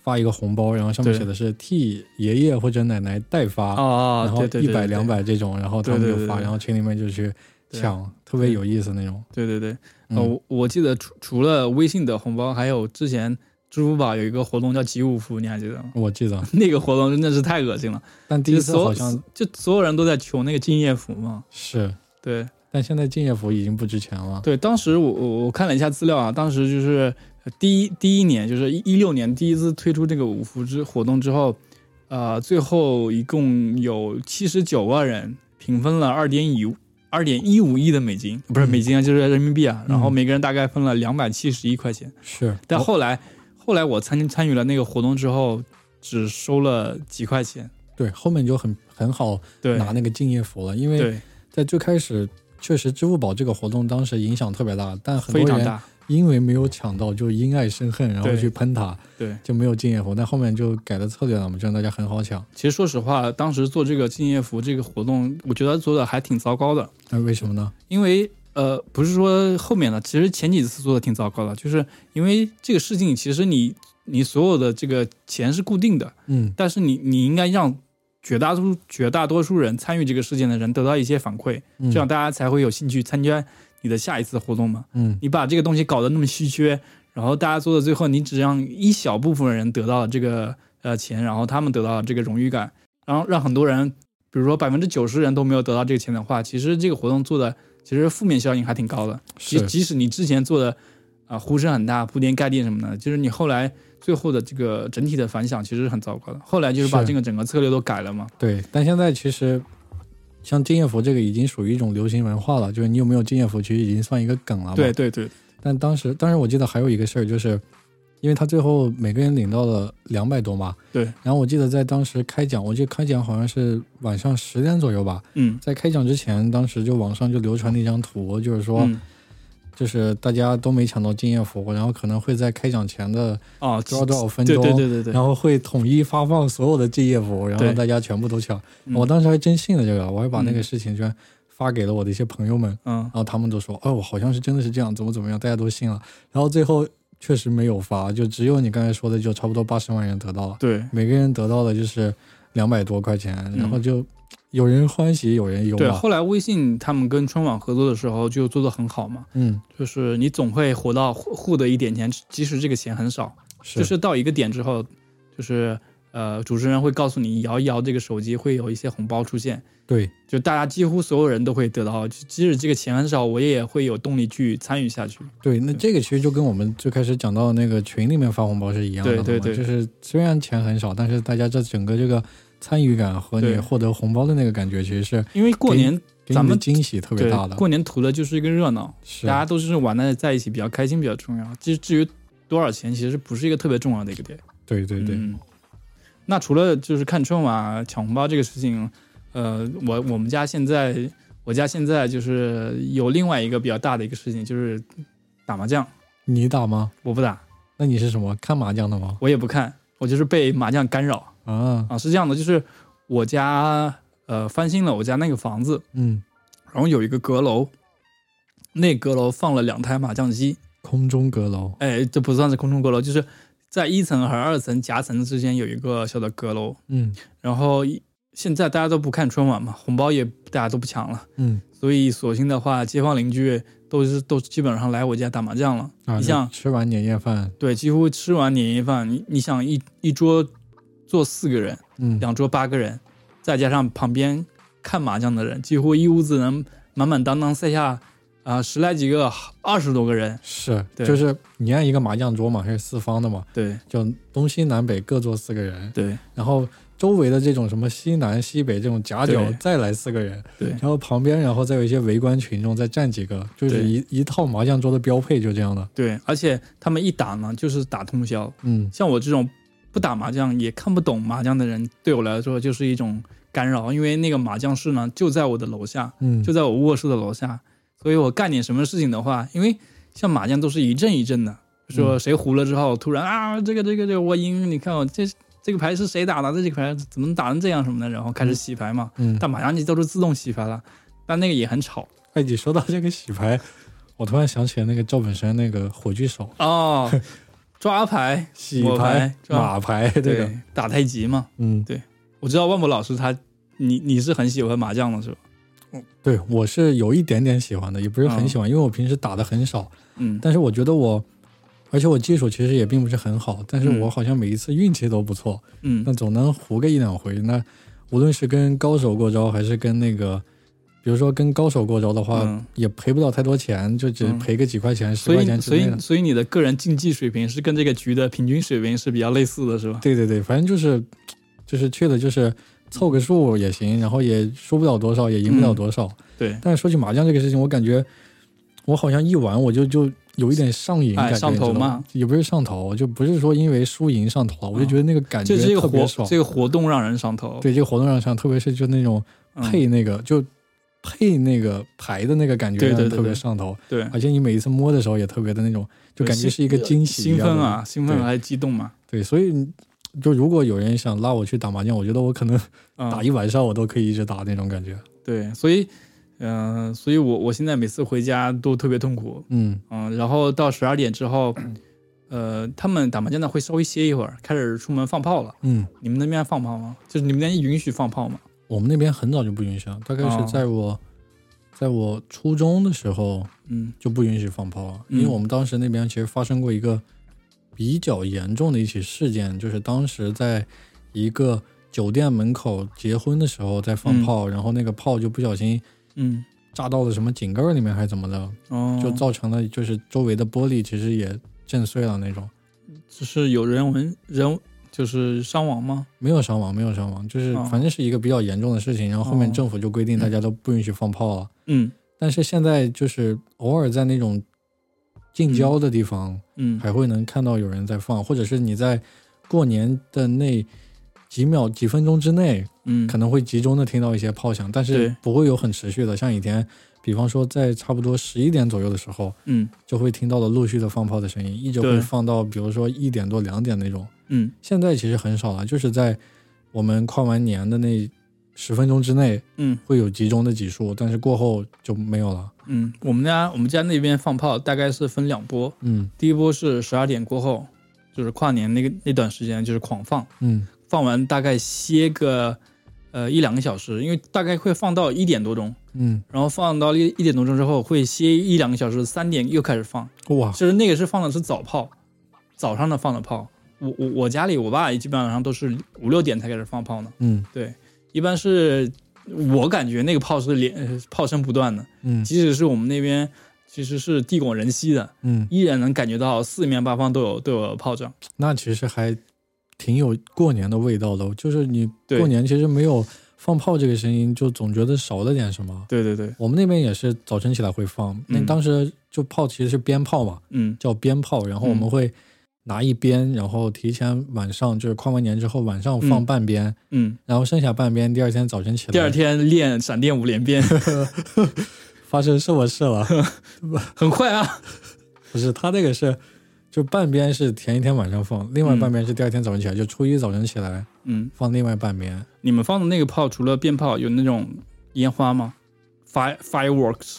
发一个红包，然后上面
对
写的是替爷爷或者奶奶代发，
啊啊，
然后
对对
一
对，
百两
对，
百这种，然后他们
对
就
对对
发，
对
然后群里面就去
对
抢，特别有意思那种。
对对对。
嗯
呃，我我记得除除了微信的红包，还有之前支付宝有一个活动叫集五福，你还记得吗？
我记得，
那个活动真的是太恶心了，
但第
就
一
是
次
所有
好像
就所有人都在求那个敬业福嘛。
是，
对
但现在敬业福已经不值钱了。
对，当时我我我看了一下资料啊，当时就是呃第一第一年，就是一一六年第一次推出这个五福之活动之后，呃，最后一共有七十九万人平分了二点一二点一五亿的美金，不是
嗯
美金啊，就是人民币啊，然后
嗯
每个人大概分了两百七十一块钱。
是，
但
我
后来后来我参参与了那个活动之后，只收了几块钱。
对后面就很很好
对
拿那个敬业福了，因为
对，
在最开始确实支付宝这个活动当时影响特别大，但很
非
多
常
人
大。
因为没有抢到就因爱生恨，然后
对
去喷它，
对，
就没有敬业福。但后面就改了策略了嘛，就让大家很好抢。
其实说实话，当时做这个敬业福这个活动，我觉得做的还挺糟糕的，
那为什么呢？
因为。呃，不是说后面的，其实前几次做的挺糟糕的，就是因为这个事情，其实你你所有的这个钱是固定的，
嗯，
但是你你应该让绝大多数绝大多数人参与这个事件的人得到一些反馈，
嗯
这样大家才会有兴趣参加你的下一次活动嘛。
嗯，
你把这个东西搞得那么稀缺，然后大家做到最后，你只让一小部分人得到了这个呃钱，然后他们得到了这个荣誉感，然后让很多人，比如说百分之九十人都没有得到这个钱的话，其实这个活动做的其实负面效应还挺高的。即
是
即使你之前做的啊、呼声很大，铺天盖地什么的，就是你后来最后的这个整体的反响其实是很糟糕的。后来就是把
是
这个整个策略都改了嘛，
对，但现在其实像敬业福这个已经属于一种流行文化了，就是你有没有敬业福其实已经算一个梗了嘛。
对对对，
但当时，当时我记得还有一个事儿，就是因为他最后每个人领到了两百多嘛。
对
然后我记得在当时开奖，我记得开奖好像是晚上十点左右吧，
嗯，
在开奖之前，当时就网上就流传了一张图，就是说，
嗯
就是大家都没抢到敬业福，然后可能会在开奖前的
哦，
多少多少分
对
钟，
对对对对，
然后会统一发放所有的敬业福，然后
对
大家全部都抢。
嗯
我当时还真信了这个，我还把那个
嗯
事情居然发给了我的一些朋友们。
嗯
然后他们都说，哦，好像是真的是这样，怎么怎么样，大家都信了。然后最后确实没有发，就只有你刚才说的，就差不多八十万人得到了，
对
每个人得到的就是两百多块钱，然后
嗯
就有人欢喜有人忧
对，
嘛。
后来微信他们跟春晚合作的时候就做得很好嘛，
嗯，
就是你总会活到获获得一点钱，即使这个钱很少，
是，
就是到一个点之后，就是呃主持人会告诉你摇一摇这个手机会有一些红包出现，
对，
就大家几乎所有人都会得到，即使这个钱很少，我也会有动力去参与下去。
对，那这个其实就跟我们最开始讲到的那个群里面发红包是一样的
对
了嘛，
对对
就是虽然钱很少，但是大家这整个这个参与感和你
对
获得红包的那个感觉，其实是
因为过年
给
咱
你的
们
惊喜特别
对
大的。
过年图的就是一个热闹，
是
大家都是玩的在一起，比较开心比较重要。至至于多少钱，其实不是一个特别重要的一个点。
对对对，
嗯。那除了就是看春晚啊抢红包这个事情，呃，我我们家现在我家现在就是有另外一个比较大的一个事情，就是打麻将。
你打吗？
我不打，
那你是什么看麻将的吗？
我也不看，我就是被麻将干扰。
啊，
啊，是这样的，就是我家呃翻新了我家那个房子，
嗯，
然后有一个阁楼，那阁楼放了两台麻将机，
空中阁楼，
哎，这不算是空中阁楼，就是在一层和二层夹层之间有一个小的阁楼。
嗯
然后一现在大家都不看春晚嘛，红包也大家都不抢了，
嗯，
所以索性的话，街坊邻居都是都基本上来我家打麻将了。
啊，
你像
那吃完年夜饭，
对，几乎吃完年夜饭，你你想一一桌坐四个人。
嗯，
两桌八个人，再加上旁边看麻将的人，几乎一屋子能满满当当塞下啊、十来几个、二十多个人。
是，
对
就是你按一个麻将桌嘛，还是四方的嘛，
对
就东西南北各坐四个人，
对
然后周围的这种什么西南西北这种夹角
对
再来四个人，
对
然后旁边然后再有一些围观群众再站几个，就是
对
一一套麻将桌的标配就这样的，
对，而且他们一打呢，就是打通宵。
嗯，
像我这种不打麻将也看不懂麻将的人，对我来说就是一种干扰，因为那个麻将室呢就在我的楼下，
嗯，
就在我卧室的楼下，所以我干点什么事情的话，因为像麻将都是一阵一阵的，说谁胡了之后，突然啊，这个这个这个我赢，你看我这这个牌是谁打的，这个牌怎么打成这样什么的，然后开始洗牌嘛。
嗯，
但麻将机都是自动洗牌了，但那个也很吵
哎，你说到这个洗牌，我突然想起了那个赵本山那个火炬手
哦，抓牌、
洗
我
牌
牌、抓
马牌这个，
对打太极嘛。
嗯，
我知道万博老师他，你你是很喜欢麻将的是吧？
对，我是有一点点喜欢的，也不是很喜欢，因为我平时打的很少。
嗯，
但是我觉得我，而且我技术其实也并不是很好，但是
嗯
我好像每一次运气都不错，那
嗯
总能胡个一两回。那无论是跟高手过招，还是跟那个，比如说跟高手过招的话，
嗯，
也赔不了太多钱，就只
嗯
赔个几块钱、十
所
块钱
以
之
所
类的
以。所以你的个人竞技水平是跟这个局的平均水平是比较类似的是吧？
对对对，反正就是，就是去了就是凑个数也行，然后也输不了多少，也赢不了
嗯
多少。
对，
但是说起麻将这个事情，我感觉我好像一玩我就就有一点上瘾感
哎
觉，
上头
你知道
吗
也不是上头，就不是说因为输赢上头了，我就觉得那个感觉
就啊这个
特别
活
爽。
这个活动让人上头，
对这个活动上上，特别是就那种
嗯，
配那个、就配那个牌的那个感觉
对
让人
对对
特别
对
上头，
对，
而且你每一次摸的时候也特别的那种，啊就感觉
对
是一个惊喜一
兴
样
奋
的
啊，兴奋
对
还有激动嘛，
对，所以你就如果有人想拉我去打麻将，我觉得我可能
嗯
打一晚上我都可以一直打那种感觉。
对，所以，嗯，所以我我现在每次回家都特别痛苦，
嗯，
嗯，然后到十二点之后，呃，他们打麻将的会稍微歇一会儿，开始出门放炮了。
嗯，
你们那边放炮吗？就是你们那边允许放炮吗？
我们那边很早就不允许了，大概
哦
是在我、在我初中的时候
嗯
就不允许放炮了，
嗯
因为我们当时那边其实发生过一个比较严重的一起事件，就是当时在一个酒店门口结婚的时候在放
嗯
炮，然后那个炮就不小心
嗯
炸到了什么井盖里面还是怎么的，
哦，
就造成了就是周围的玻璃其实也震碎了那种。
只是有人文人就是伤亡吗？
没有伤亡，没有伤亡，就是
哦
反正是一个比较严重的事情。然后后面
哦
政府就规定大家都不允许放炮了。
嗯
但是现在就是偶尔在那种近郊的地方，
嗯，
还会能看到有人在放，或者是你在过年的那几秒、几分钟之内，
嗯
可能会集中的听到一些炮响，但是
对
不会有很持续的。像以前，比方说在差不多十一点左右的时候，
嗯
就会听到了陆续的放炮的声音，一直会
对
放到比如说一点多、两点那种。
嗯
现在其实很少了，就是在我们跨完年的那十分钟之内
嗯
会有集中的几束，但是过后就没有了。
嗯，我们家我们家那边放炮大概是分两波，
嗯
第一波是十二点过后，就是跨年那个那段时间就是狂放，
嗯
放完大概歇个呃一两个小时，因为大概会放到一点多钟，
嗯，
然后放到一一点多钟之后会歇一两个小时，三点又开始放，
哇，
就是那个是放的是早炮，早上的放的炮。我我我家里我爸也基本上都是五六点才开始放炮呢，
嗯
一般是我感觉那个炮是连呃炮声不断的，
嗯
即使是我们那边其实是地广人稀的，
嗯，
依然能感觉到四面八方都有都有炮仗。
那其实还挺有过年的味道的哦，就是你
对
过年其实没有放炮这个声音，就总觉得少了点什么。
对对对，
我们那边也是早晨起来会放，那
嗯
当时就炮其实是鞭炮嘛，
嗯
叫鞭炮，然后我们
嗯
会拿一鞭，然后提前晚上就是跨完年之后晚上放
嗯
半鞭，
嗯。
然后剩下半边，第二天早晨起来，
第二天练闪电五连鞭，
发生什么事了？
很快啊。
不是他那个是，就半边是前一天晚上放，另外
嗯
半边是第二天早晨起来，就初一早晨起来
嗯，
放另外半边。
你们放的那个炮，除了鞭炮，有那种烟花吗？Fire fireworks。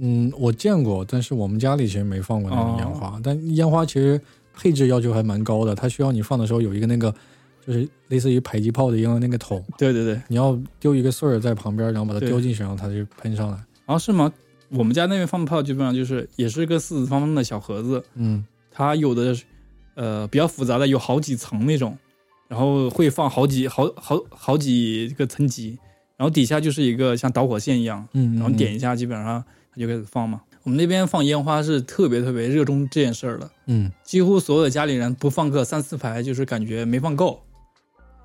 嗯，我见过，但是我们家里其实没放过那种
哦
烟花，但烟花其实配置要求还蛮高的，它需要你放的时候有一个那个，就是类似于迫击炮的一样的那个桶，
对对对，
你要丢一个穗儿在旁边，然后把它
对
丢进去，然后它就喷上来。
然后是吗？我们家那边放炮基本上就是也是个四四方方的小盒子，
嗯，
它有的是呃比较复杂的，有好几层那种，然后会放好几好好好几个层级，然后底下就是一个像导火线一样，
嗯，
然后点一下，基本上它就开始放嘛。我们那边放烟花是特别特别热衷这件事儿的，
嗯，
几乎所有的家里人不放个三四排，就是感觉没放够。嗯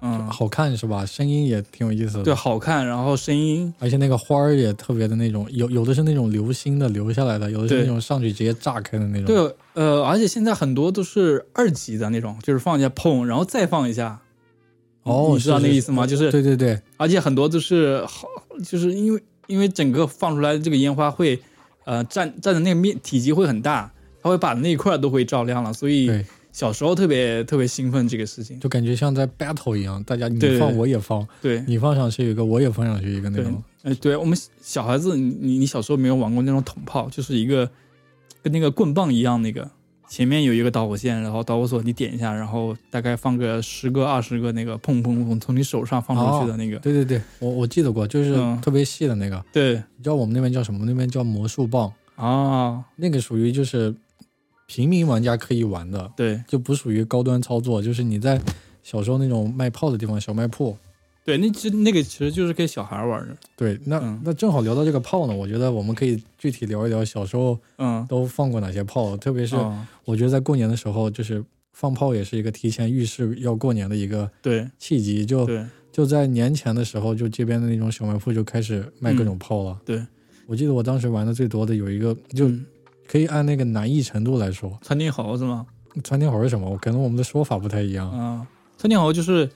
嗯，，好看是吧？声音也挺有意思的。
对，好看，然后声音，
而且那个花儿也特别的那种，有有的是那种流星的流下来的，有的是
对
那种上去直接炸开的那种。
对，，呃，而且现在很多都是二级的那种，就是放一下砰，然后再放一下，
哦，
你知道
是
那个意思吗就是
对对对，
而且很多都是好，就是因为因为整个放出来的这个烟花会，呃，占占的那个面体积会很大，它会把那一块都会照亮了，所以
对
小时候特别特别兴奋这个事情。
就感觉像在 battle 一样，大家你
对对
放
对
我也放，
对
你放上去一个我也放上去一个那
对
种。，
哎，对我们小孩子，你你你小时候没有玩过那种筒炮，就是一个跟那个棍棒一样，那个前面有一个导火线，然后导火索你点一下，然后大概放个十个二十个那个砰砰砰从你手上放出去的那个，
对对对，我我记得过，就是
嗯
特别细的那个，
对
你知道我们那边叫什么？那边叫魔术棒，
啊，
那个属于就是平民玩家可以玩的，
对
就不属于高端操作，就是你在小时候那种卖炮的地方，小卖铺，
对，那其实那个其实就是给小孩玩的，
对，那、
嗯
那正好聊到这个炮呢，我觉得我们可以具体聊一聊小时候
嗯，
都放过哪些炮，特别是
哦
我觉得在过年的时候，就是放炮也是一个提前预示要过年的一个
对
契机，就
对，
就在年前的时候，就街边的那种小卖铺就开始卖各种炮了。
嗯对，
我记得我当时玩的最多的有一个，就
嗯
可以按那个难易程度来说，
窜天猴是吗？
窜天猴是什么？可能我们的说法不太一样。
啊，窜天猴就是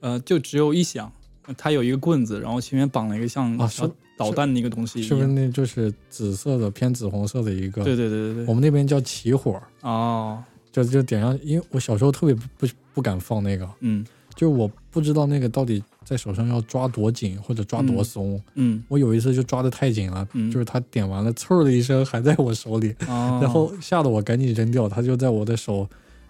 呃，就只有一响，它有一个棍子，然后前面绑了一个像
啊
小
是
导弹的一个东西一
是不是
样
那就是紫色的偏紫红色的一个？
对对对对
我
对，
们那边叫起火，
哦，
就就点上，因为我小时候特别不不不敢放那个，
嗯
就是我不知道那个到底在手上要抓多紧或者抓多松。
嗯
我有一次就抓的太紧了，
嗯，
就是它点完了，嗖的一声还在我手里，
哦，
然后吓得我赶紧扔掉，它就在我的手，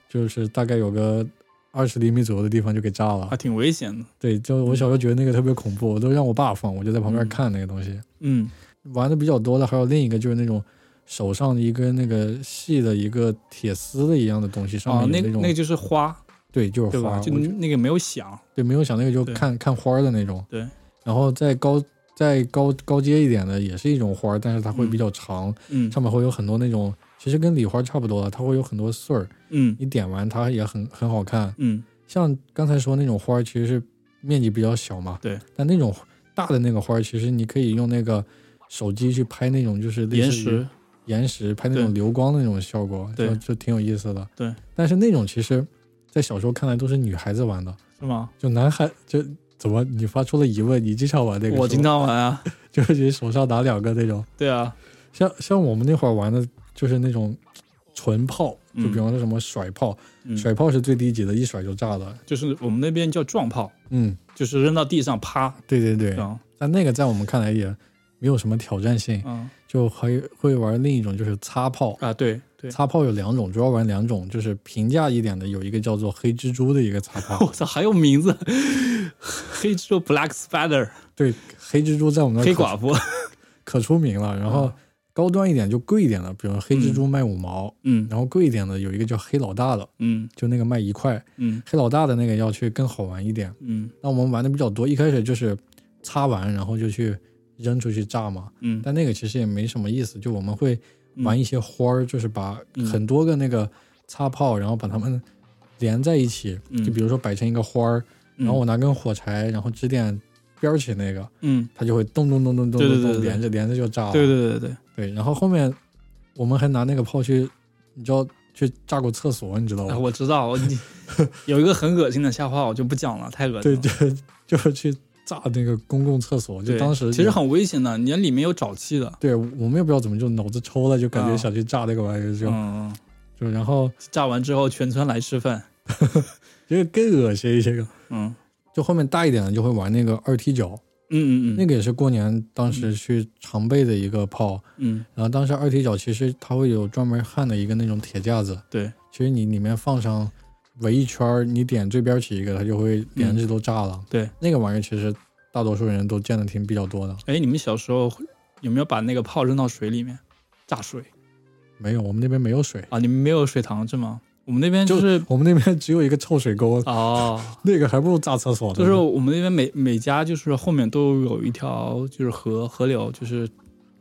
就是大概有个二十厘米左右的地方就给炸了
还。挺危险的，
对，就我小时候觉得那个特别恐怖，我都让我爸放，我就在旁边
嗯
看那个东西。
嗯
玩的比较多的还有另一个就是那种手上一根那个细的一个铁丝的一样的东西，上
哦，那
面有
个
种、
那个就是花，
对，就是
对
花，
吧？就
我
那个没有响，
对，没有想那个就
对
看看花儿的那种。
对。
然后在高再高高阶一点的也是一种花儿，但是它会比较长，
嗯
上面会有很多那种，其实跟礼花差不多，啊它会有很多穗儿，
嗯
你点完它也很很好看。
嗯
像刚才说那种花儿，其实是面积比较小嘛，
对。
但那种大的那个花儿，其实你可以用那个手机去拍那种就是类
岩
似于
石，
岩石拍那
对
种流光的那种效果，
对
就就挺有意思的。
对，
但是那种其实，在小时候看来都是女孩子玩的，
是吗？
就男孩就怎么你发出了疑问，你经常玩那个？
我经，常玩啊，
就是你手上拿两个那种，
对啊，
像像我们那会儿玩的就是那种纯炮，就
嗯
比方说什么甩炮，
嗯，
甩炮是最低级的，一甩就炸的。
就是我们那边叫撞炮，
嗯，
就是扔到地上啪，
对对对
这。样，
但那个在我们看来也没有什么挑战性，
啊嗯
就还会玩另一种就是擦炮。
啊，对对，
擦炮有两种，主要玩两种，就是平价一点的，有一个叫做黑蜘蛛的一个擦炮
我。操，还有名字， 黑蜘蛛 Black Spider，
对，黑蜘蛛在我们那儿
黑
可
寡妇，
可出名了。然后
啊
高端一点就贵一点的，比如黑蜘蛛卖五毛，
嗯
然后贵一点的有一个叫黑老大的，
嗯
就那个卖一块。
嗯
黑老大的那个要去更好玩一点。
嗯
那我们玩的比较多，一开始就是擦完然后就去扔出去炸嘛，
嗯，
但那个其实也没什么意思，就我们会玩一些花儿，就是把
嗯
很多个那个擦炮，然后把它们连在一起，
嗯
就比如说摆成一个花儿，
嗯，
然后我拿根火柴，然后支点边儿起那个，
嗯，
它就会咚咚咚咚咚
对对
咚
对
咚
对
连着连着就炸了。
对对对对对，
对然后后面我们还拿那个炮去，你知道去炸过厕所，你知道
啊，
吗？
我知道，我你有一个很恶心的笑话，我就不讲了，太恶心
对，
了。
就 就是去炸那个公共厕所，就
对
当时
其实
也
很危险的，你里面有沼气的。
对，我们也不知道怎么就脑子抽了，就感觉
啊
想去炸那个玩意儿，就、
嗯，嗯
就然后
炸完之后全村来吃饭。
因为更恶心一些个。
嗯
就后面大一点的就会玩那个二踢脚，
嗯嗯嗯，
那个也是过年当时去常备的一个炮。
嗯
然后当时二踢脚其实它会有专门焊的一个那种铁架子，
对，
其实你里面放上围一圈儿，你点这边起一个，它就会连着都炸了。
嗯对，
那个玩意儿其实大多数人都见的挺比较多的。
哎，你们小时候会有没有把那个炮扔到水里面炸水
没有，我们那边没有水，
啊？你们没有水塘是吗？我们那边就是
我们那边只有一个臭水沟，
哦，
那个还不如炸厕所呢。
就是我们那边每每家就是后面都有一条就是河河流，就是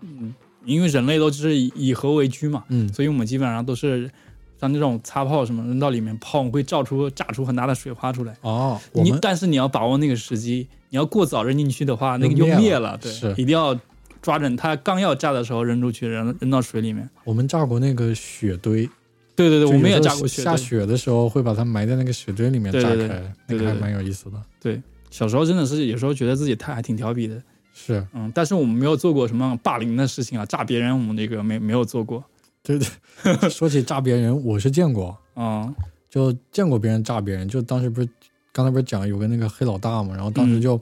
嗯，因为人类都是以以河为居嘛，
嗯，
所以我们基本上都是像这种擦炮什么扔到里面，炮会照出炸出很大的水花出来。
哦，我
你
们
但是你要把握那个时机，你要过早扔进去的话，那个就
灭了
灭了。对
是，
一定要抓准它刚要炸的时候扔出去，扔扔到水里面。
我们炸过那个雪堆，
对对对，
就
我
有
们也
时
炸
候
过雪
下
对
雪的时候会把它埋在那个雪堆里面
对
炸开，
对对
那
对
个
对
还
对
蛮有意思的。
小时候真的是有时候觉得自己太还挺调皮的，
是，
嗯，但是我们没有做过什么霸凌的事情啊，炸别人我们那个没没有做过，
对对。说起炸别人，我是见过，
嗯
就见过别人炸别人。就当时不是刚才不是讲有个那个黑老大嘛，然后当时
嗯
就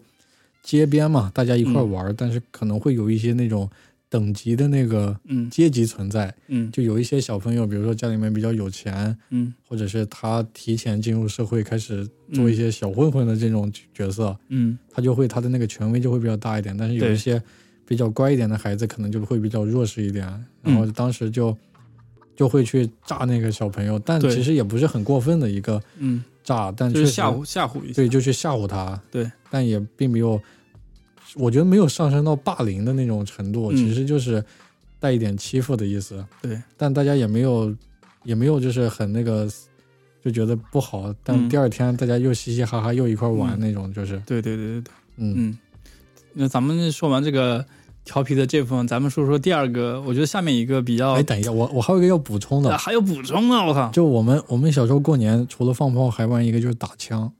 街边嘛，大家一块
嗯
玩儿，但是可能会有一些那种等级的那个
嗯
阶级存在，
嗯
就有一些小朋友，比如说家里面比较有钱，
嗯
或者是他提前进入社会开始做一些小混混的这种角色，
嗯
他就会他的那个权威就会比较大一点，但是有
对
一些比较乖一点的孩子，可能就会比较弱势一点。然
嗯
后当时就、就会去炸那个小朋友，但
对
其实也不是很过分的一个
嗯，
炸，但
就
确
是
实
吓唬吓唬一下
对，，就去吓唬他，
对，
但也并没有，我觉得没有上升到霸凌的那种程度，
嗯
其实就是带一点欺负的意思。
对，
但大家也没有也没有就是很那个。就觉得不好，但
嗯
第二天大家又嘻嘻哈哈，又一块玩
嗯
那种，就是，
对对对对对，
嗯，
嗯，那咱们说完这个调皮的这部分，咱们说说第二个，我觉得下面一个比较
哎，等一下，我我还有一个要补充
哦啊
的，
还有补充呢，我靠，
就我们我们小时候过年除了放炮，还玩一个就是打枪，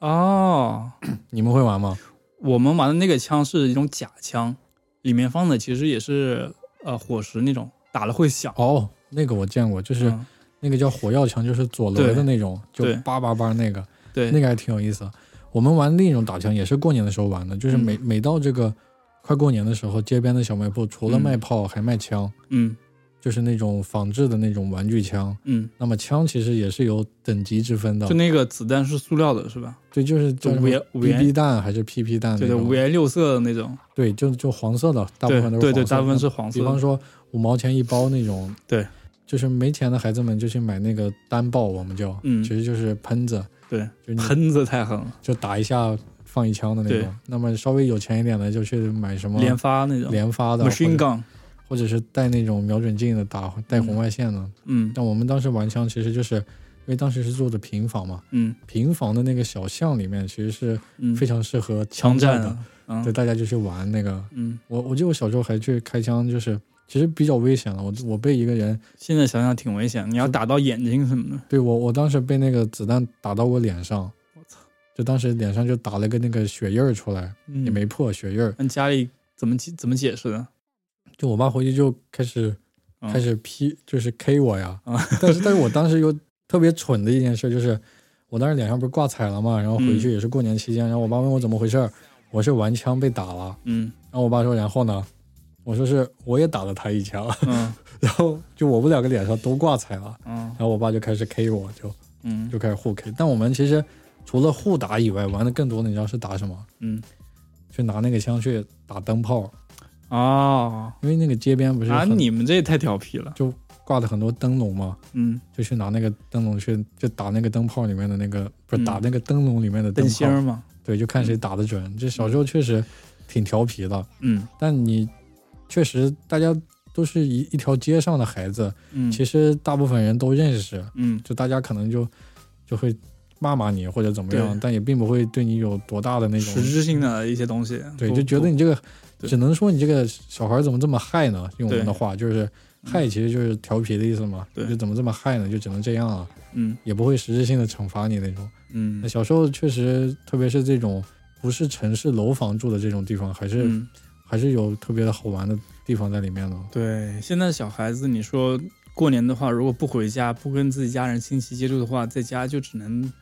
哦，
你们会玩吗？
我们玩的那个枪是一种假枪，里面放的其实也是呃火石那种，打了会响，
哦，那个我见过，就是
嗯
那个叫火药枪，就是左轮的
对
那种，就
对
叭叭叭那个，
对，
那个还挺有意思。我们玩另一种打枪也是过年的时候玩的，就是
嗯
每、每到这个快过年的时候，街边的小卖部除了
嗯
卖炮还卖枪，
嗯
就是那种仿制的那种玩具枪。
嗯，
那么枪其实也是有等级之分的
就，那个子弹是塑料的，是吧？
对，就是叫
就
什
五
么
颜五颜
BB 弹还是 PP 弹那
对对，
种，
五颜六色的那种，
对，就就黄色的，大部
对
分都是
对对，
黄色
大部分
的
是黄色
比方
的。
说五毛钱一包那种，
对，
就是没钱的孩子们就去买那个单爆，我们叫，
嗯
其实就是喷子，
对，
就你
喷子太狠了，
就打一下，放一枪的那
对
种。那么稍微有钱一点的，就去买什么
连发那种
连发的
machine
或者
gun，
或者是带那种瞄准镜的打带红外线的。
嗯
但我们当时玩枪，其实就是因为当时是住的平房嘛，
嗯
平房的那个小巷里面其实是
嗯，
非常适合枪
枪
战
战
的，
啊，嗯
对，大家就去玩那个。
嗯，
我我记得我小时候还去开枪，就是其实比较危险的。我我被一个人
现在想想挺危险，你要打到眼睛什么的，
对我，我当时被那个子弹打到我脸上，
我操，
就当时脸上就打了个那个血印儿出来，
嗯
也没破血印儿。
那家里怎么解怎么解释的？
就我妈回去就开始
嗯
开始批，就是 K 我呀。
啊
但是但是我当时有特别蠢的一件事，就是我当时脸上不是挂彩了嘛，然后回
嗯
去也是过年期间，然后我妈问我怎么回事儿，我是玩枪被打了，
嗯
然后我爸说然后呢，我说是我也打了他一枪，
嗯
然后就我们两个脸上都挂彩了，
嗯
然后我爸就开始 K 我，就
嗯
就开始互 K。但我们其实除了互打以外，玩的更多的你知道是打什么？
嗯
去拿那个枪去打灯泡，
哦
因为那个街边不是
啊，
很
你们这也太调皮了，
挂了很多灯笼嘛，
嗯，
就去拿那个灯笼去就打那个灯泡里面的那个，不是
嗯
打那个灯笼里面的
灯
泡，
芯儿嗯嘛，
对，就看谁打得准。这小时候确实挺调皮的，
嗯
但你确实大家都是一一条街上的孩子，
嗯，
其实大部分人都认识，
嗯
就大家可能就就会骂骂你或者怎么样，
对
但也并不会对你有多大的那种
实，质性的一些东西，
对，
不
就觉得
不
你这个
对
只能说你这个小孩怎么这么害呢？用我们的
对
话就是。害其实就是调皮的意思嘛，
嗯对
就怎么这么害呢？就只能这样啊。
嗯
也不会实质性的惩罚你那种。那
嗯
小时候确实，特别是这种不是城市楼房住的这种地方，还是、
嗯，
还是有特别的好玩的地方在里面的。
对，现在小孩子，你说过年的话，如果不回家，不跟自己家人亲戚接触的话，在家就只能，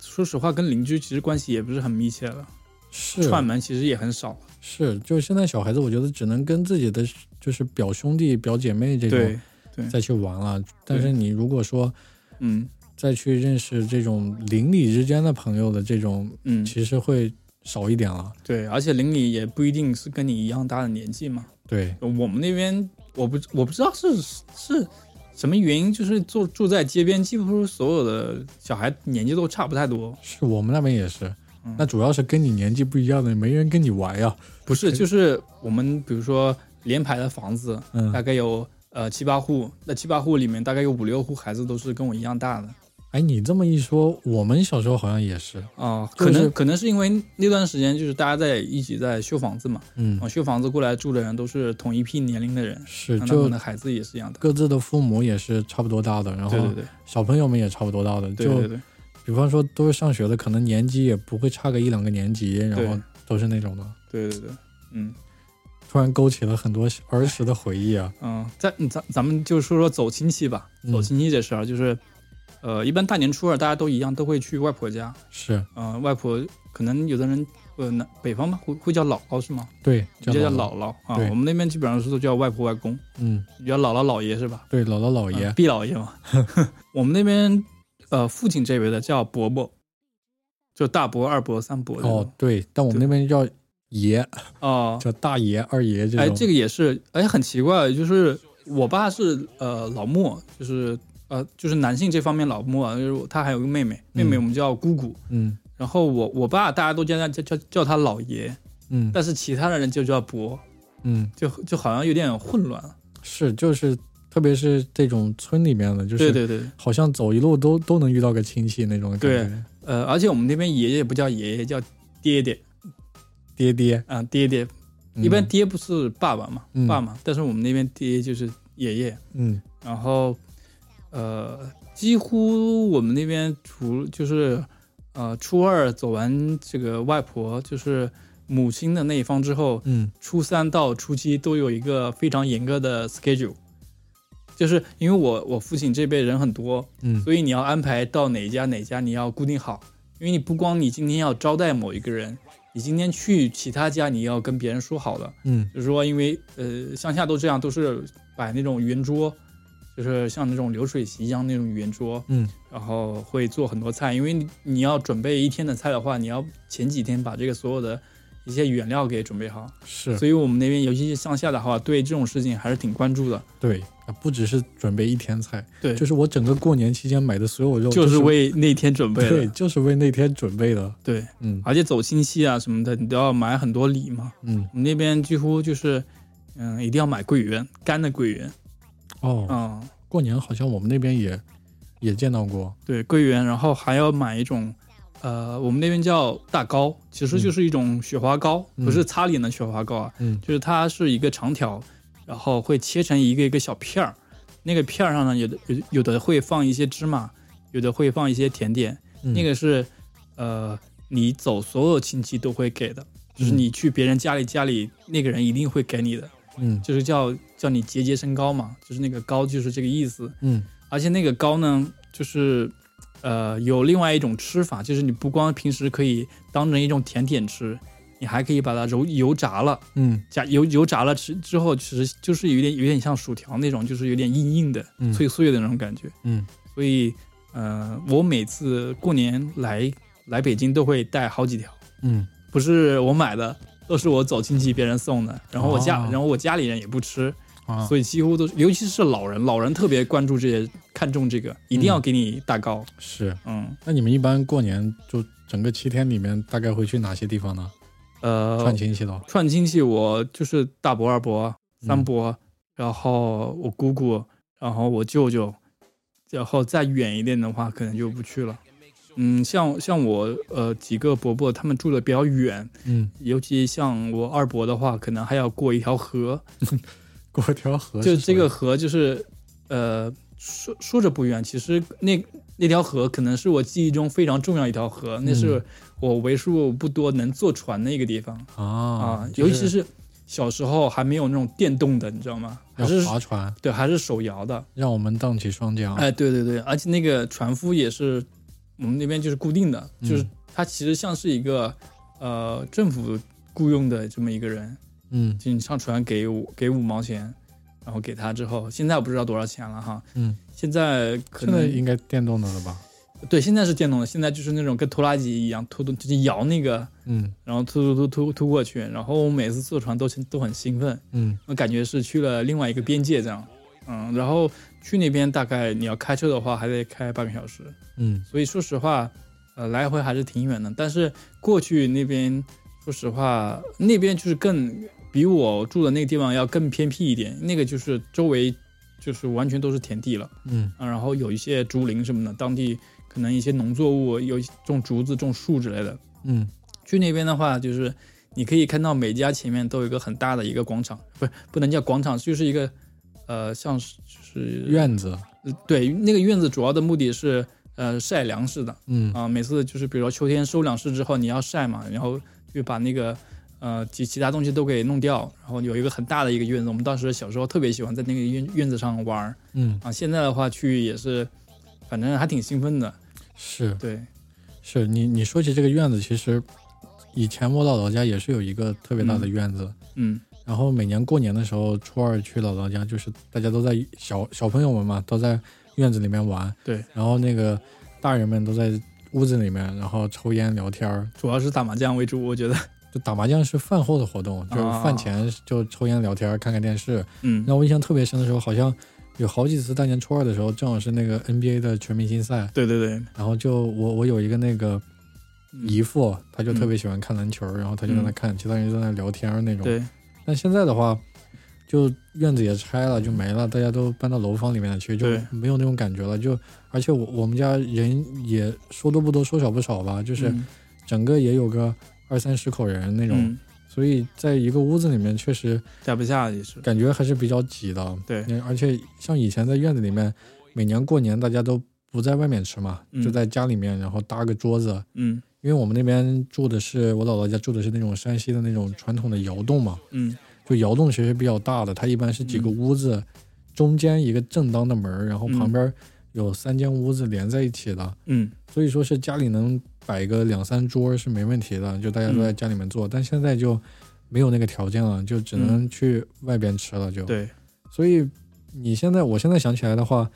说实话，跟邻居其实关系也不是很密切了，
是
串门其实也很少了。
是，就是现在小孩子，我觉得只能跟自己的就是表兄弟、表姐妹这种
对，
再去玩了。但是你如果说
嗯
再去认识这种邻里之间的朋友的这种，
嗯，
其实会少一点了。
对，而且邻里也不一定是跟你一样大的年纪嘛。
对，
我们那边，我不我不知道是是什么原因，就是住住在街边，几乎所有的小孩年纪都差不太多。
是我们那边也是。
嗯
那主要是跟你年纪不一样的，没人跟你玩呀。
不是，
对
就是我们比如说连排的房子，
嗯，
大概有呃七八户，那七八户里面大概有五六户孩子都是跟我一样大的
哎，你这么一说，我们小时候好像也是，
啊、
就
可能、
是
可能是因为那段时间就是大家在一起在修房子嘛，
嗯
啊、，修房子过来住的人都是同一批年龄的人，
是
那他
就
们的孩子也是一样的。
各自的父母也是差不多大的，然
对
后
对对
小朋友们也差不多大的，
对对
就
对，
比方说都是上学的，可能年级也不会差个一两个年级，然后都是那种的，
对对对，嗯
突然勾起了很多儿时的回忆啊。
嗯，在咱咱们就说说走亲戚吧，
嗯
走亲戚这事儿就是，呃，一般大年初二大家都一样，都会去外婆家，
是
嗯、外婆可能有的人呃南北方嘛会会叫姥姥是吗？
对，
就叫
姥，
姥姥啊，
对
我们那边基本上是都叫外婆外公，
嗯，
你叫姥姥姥爷是吧？
对，姥姥姥
姥
爷，
毕姥爷 嘛。我们那边呃，父亲这辈的叫伯伯，就大伯、二伯、三伯这种。
哦，对，但我们
对
那边叫爷，
哦，
叫大爷、二爷这
哎，
种，
这个也是，哎，很奇怪，就是我爸是呃老莫，就是呃就是男性这方面老莫，啊就是他还有个妹妹，妹妹
嗯
我们叫姑姑。
嗯
然后我我爸大家都叫他叫叫叫他老爷，
嗯
但是其他的人就叫伯，
嗯，
就就好像有点混乱。
是就是，特别是这种村里面的，就
对
是
对对，
好像走一路都都能遇到个亲戚那种感觉。
呃，而且我们那边爷爷不叫爷爷，叫爹爹
爹爹，
啊、爹爹。
嗯
一般爹不是爸爸嘛，
嗯
爸嘛，但是我们那边爹就是爷爷。
嗯
然后，呃，几乎我们那边除就是，呃，初二走完这个外婆就是母亲的那一方之后，
嗯
初三到初七都有一个非常严格的 schedule，就是因为我我父亲这辈人很多，
嗯
所以你要安排到哪家哪家，你要固定好，因为你不光你今天要招待某一个人，你今天去其他家，你要跟别人说好了，
嗯
就是说，因为呃乡下都这样，都是摆那种圆桌，就是像那种流水席一样那种圆桌，
嗯，
然后会做很多菜，因为你你要准备一天的菜的话，你要前几天把这个所有的一一些原料给准备好。
是
所以我们那边尤其是乡下的话，对这种事情还是挺关注的。
对，啊不只是准备一天菜，
对，
就是我整个过年期间买的所有肉，
就是是为那天准备
对，
的。
就是为那天准备的。
对，
嗯
而且走亲戚啊什么的，你都要买很多礼嘛。
嗯，
我们那边几乎就是，嗯，一定要买桂圆，干的桂圆。
哦，
嗯，
过年好像我们那边也也见到过，
对，桂圆，然后还要买一种，呃，我们那边叫大糕，其实就是一种雪花糕，
嗯
不是擦脸的雪花糕啊，
嗯
就是它是一个长条，然后会切成一个一个小片儿，那个片儿上呢，有的有有的会放一些芝麻，有的会放一些甜点，
嗯
那个是，呃，你走所有亲戚都会给的，就是
嗯
你去别人家里，家里那个人一定会给你的，
嗯
就是叫叫你节节升高嘛，就是那个高就是这个意思。
嗯
而且那个糕呢，就是呃有另外一种吃法，就是你不光平时可以当成一种甜点吃，你还可以把它揉油炸了，
嗯
加油油炸了吃之后，其实就是有点有点像薯条那种，就是有点硬硬的、
嗯
脆脆的那种感觉。
嗯
所以呃，我每次过年来来北京都会带好几条，
嗯
不是我买的。都是我走亲戚别人送的，然后我家，
哦
然后我家里人也不吃，
啊，
所以几乎都是，尤其是老人，老人特别关注这些，看重这个，一定要给你大糕。
是。
嗯，
那你们一般过年就整个七天里面大概会去哪些地方呢？
呃
串，亲戚的。
串亲戚我就是大伯、二伯、
嗯
三伯，然后我姑姑，然后我舅舅，然后再远一点的话，可能就不去了。嗯，像像我呃几个伯伯，他们住的比较远，
嗯，
尤其像我二伯的话，可能还要过一条河，
过条河
就是这
什么
个河就是，呃，说说着不远，其实那那条河可能是我记忆中非常重要一条河，那
嗯
是我为数不多能坐船的一个地方
啊
啊，，尤
就
其是小时候还没有那种电动的，你知道吗？还
要
是
啊划船，
对，还是手摇的。
让我们荡起双桨。
哎，对对对，而且那个船夫也是我们那边就是固定的，
嗯
就是他其实像是一个呃政府雇佣的这么一个人，
嗯
就你上船给五给五毛钱，然后给他之后，现在我不知道多少钱了哈。
嗯，
现在可
现在
能
应该电动的了吧？
对，现在是电动的，现在就是那种跟拖拉机一样，拖动就是摇那个，
嗯
然后突突突突突过去。然后我每次坐船都都很兴奋，
嗯
我感觉是去了另外一个边界这样。嗯，然后去那边大概你要开车的话，还得开半个小时。
嗯
所以说实话，呃，来回还是挺远的。但是过去那边，说实话，那边就是更比我住的那个地方要更偏僻一点，那个就是周围就是完全都是田地了，
嗯
啊、然后有一些竹林什么的，当地可能一些农作物，有种竹子、种树之类的。
嗯
去那边的话，就是你可以看到每家前面都有一个很大的一个广场，不是不能叫广场，就是一个。呃，像是就是
院子。
对那个院子主要的目的是呃晒粮食的，
嗯
啊、每次就是比如说秋天收粮食之后，你要晒嘛，然后就把那个呃其其他东西都给弄掉，然后有一个很大的一个院子。我们当时小时候特别喜欢在那个院院子上玩儿
嗯，
啊，现在的话去也是，反正还挺兴奋的。
是
对，
是，你你说起这个院子，其实以前我姥姥家也是有一个特别大的院子。
嗯
然后每年过年的时候，初二去姥姥家，就是大家都在小小朋友们嘛，都在院子里面玩。
对，
然后那个大人们都在屋子里面，然后抽烟聊天儿，
主要是打麻将为主，我觉得，
就打麻将是饭后的活动，就是
啊
饭前就抽烟聊天儿、看看电视。
嗯
让我印象特别深的时候，好像有好几次大年初二的时候，正好是那个 NBA 的全明星赛，
对对对，
然后就我我有一个那个
嗯
姨父，他就特别喜欢看篮球，然后他就在那看，其他人就在那聊天儿那种。
对
但现在的话，就院子也拆了，就没了，大家都搬到楼房里面去，就
对
没有那种感觉了。就而且我我们家人也说多不多，说少不少吧，就是
嗯
整个也有个二三十口人那种，
嗯
所以在一个屋子里面确实
待不下也是，
感觉还是比较挤的。
对
嗯，而且像以前在院子里面，每年过年大家都不在外面吃嘛，
嗯
就在家里面，然后搭个桌子。
嗯
因为我们那边住的是我姥姥家住的是那种山西的那种传统的窑洞嘛，
嗯
就窑洞其实比较大的，它一般是几个屋子、中间一个正当的门儿，然后旁边有三间屋子连在一起的，
嗯
所以说是家里能摆个两三桌是没问题的，就大家
嗯
都在家里面做。但现在就没有那个条件了，就
嗯
只能去外边吃了就。
对，
所以你现在，我现在想起来的话，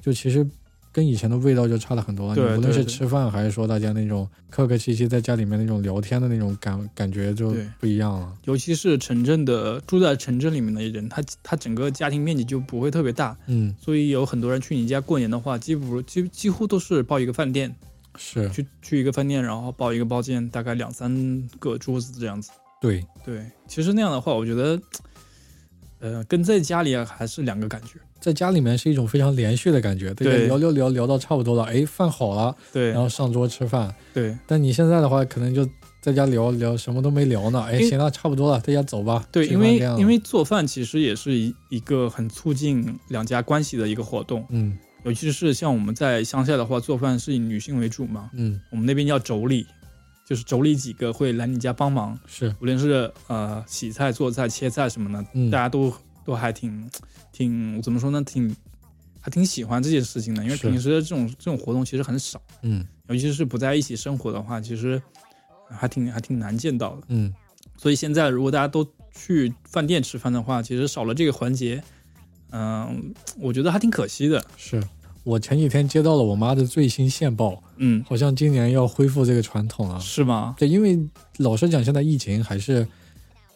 就其实跟以前的味道就差了很多了。
对
你无论是
对对
吃饭还是说大家那种客客气气在家里面那种聊天的那种感感觉就
对
不一样了。
尤其是城镇的住在城镇里面的人，他他整个家庭面积就不会特别大，
嗯，
所以有很多人去你家过年的话，几乎几几乎都是报一个饭店，
是
去去一个饭店，然后报一个包间，大概两三个桌子这样子。
对，
对，其实那样的话，我觉得，呃，跟在家里啊还是两个感觉。
在家里面是一种非常连续的感觉，对吧
对
聊聊聊聊到差不多了，哎，饭好了，
对
然后上桌吃饭。
对
但你现在的话，可能就在家聊聊，什么都没聊呢。哎，
因为
行了，差不多了，大家走吧。
对，
吃
因
饭
为
这样
因为做饭其实也是一一个很促进两家关系的一个活动，
嗯
尤其是像我们在乡下的话，做饭是以女性为主嘛，
嗯
我们那边叫妯娌，就是妯娌几个会来你家帮忙，
是
无论是呃洗菜、做菜、切菜什么的，
嗯
大家都都还挺挺怎么说呢，挺还挺喜欢这件事情的，因为
是
平时这种这种活动其实很少，
嗯
尤其是不在一起生活的话，其实还挺还挺难见到的。
嗯
所以现在如果大家都去饭店吃饭的话，其实少了这个环节，嗯、我觉得还挺可惜的。
是。我前几天接到了我妈的最新线报，
嗯，
好像今年要恢复这个传统了。
是吗？
对，因为老实讲，现在疫情还是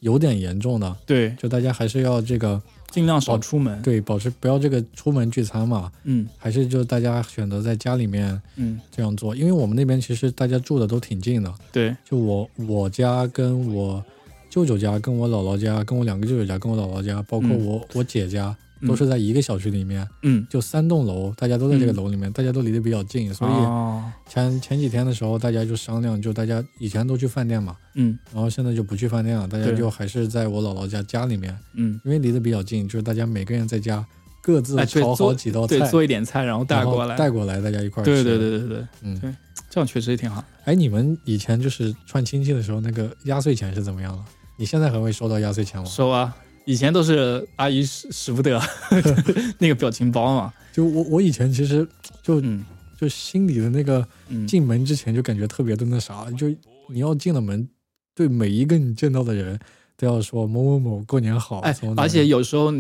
有点严重的，
对，
就大家还是要这个
尽量少出门。
对保持不要这个出门聚餐嘛，
嗯
还是就大家选择在家里面
嗯，
这样做，因为我们那边其实大家住的都挺近的，
对，
就我我家跟我舅舅家、跟我姥姥家、跟我两个舅舅家、跟我姥姥家，包括
嗯
我、我姐家，
嗯
都是在一个小区里面，
嗯，
就三栋楼，大家都在这个楼里面，大家都离得比较近，所以
哦、
前前几天的时候，大家就商量，就大家以前都去饭店嘛，
嗯
然后现在就不去饭店了，大家
对
就还是在我姥姥家家里面，
嗯，
因为离得比较近，就是大家每个人在家各自
哎对
炒好
做
几道菜，
对，做一点菜，然后带
然后
过来。
带过来大家一块儿吃。
对对，对对对，
嗯，
这样确实也挺好。
哎，你们以前就是串亲戚的时候，那个压岁钱是怎么样的？你现在还会收到压岁钱吗？
收啊，以前都是阿姨使使不得 那个表情包嘛。
就我我以前其实就
嗯
就心里的那个
嗯，
进门之前就感觉特别的那啥，就你要进了门，对每一个你见到的人都要说某某某过年好。
哎
怎么，怎么
而且
样
有时候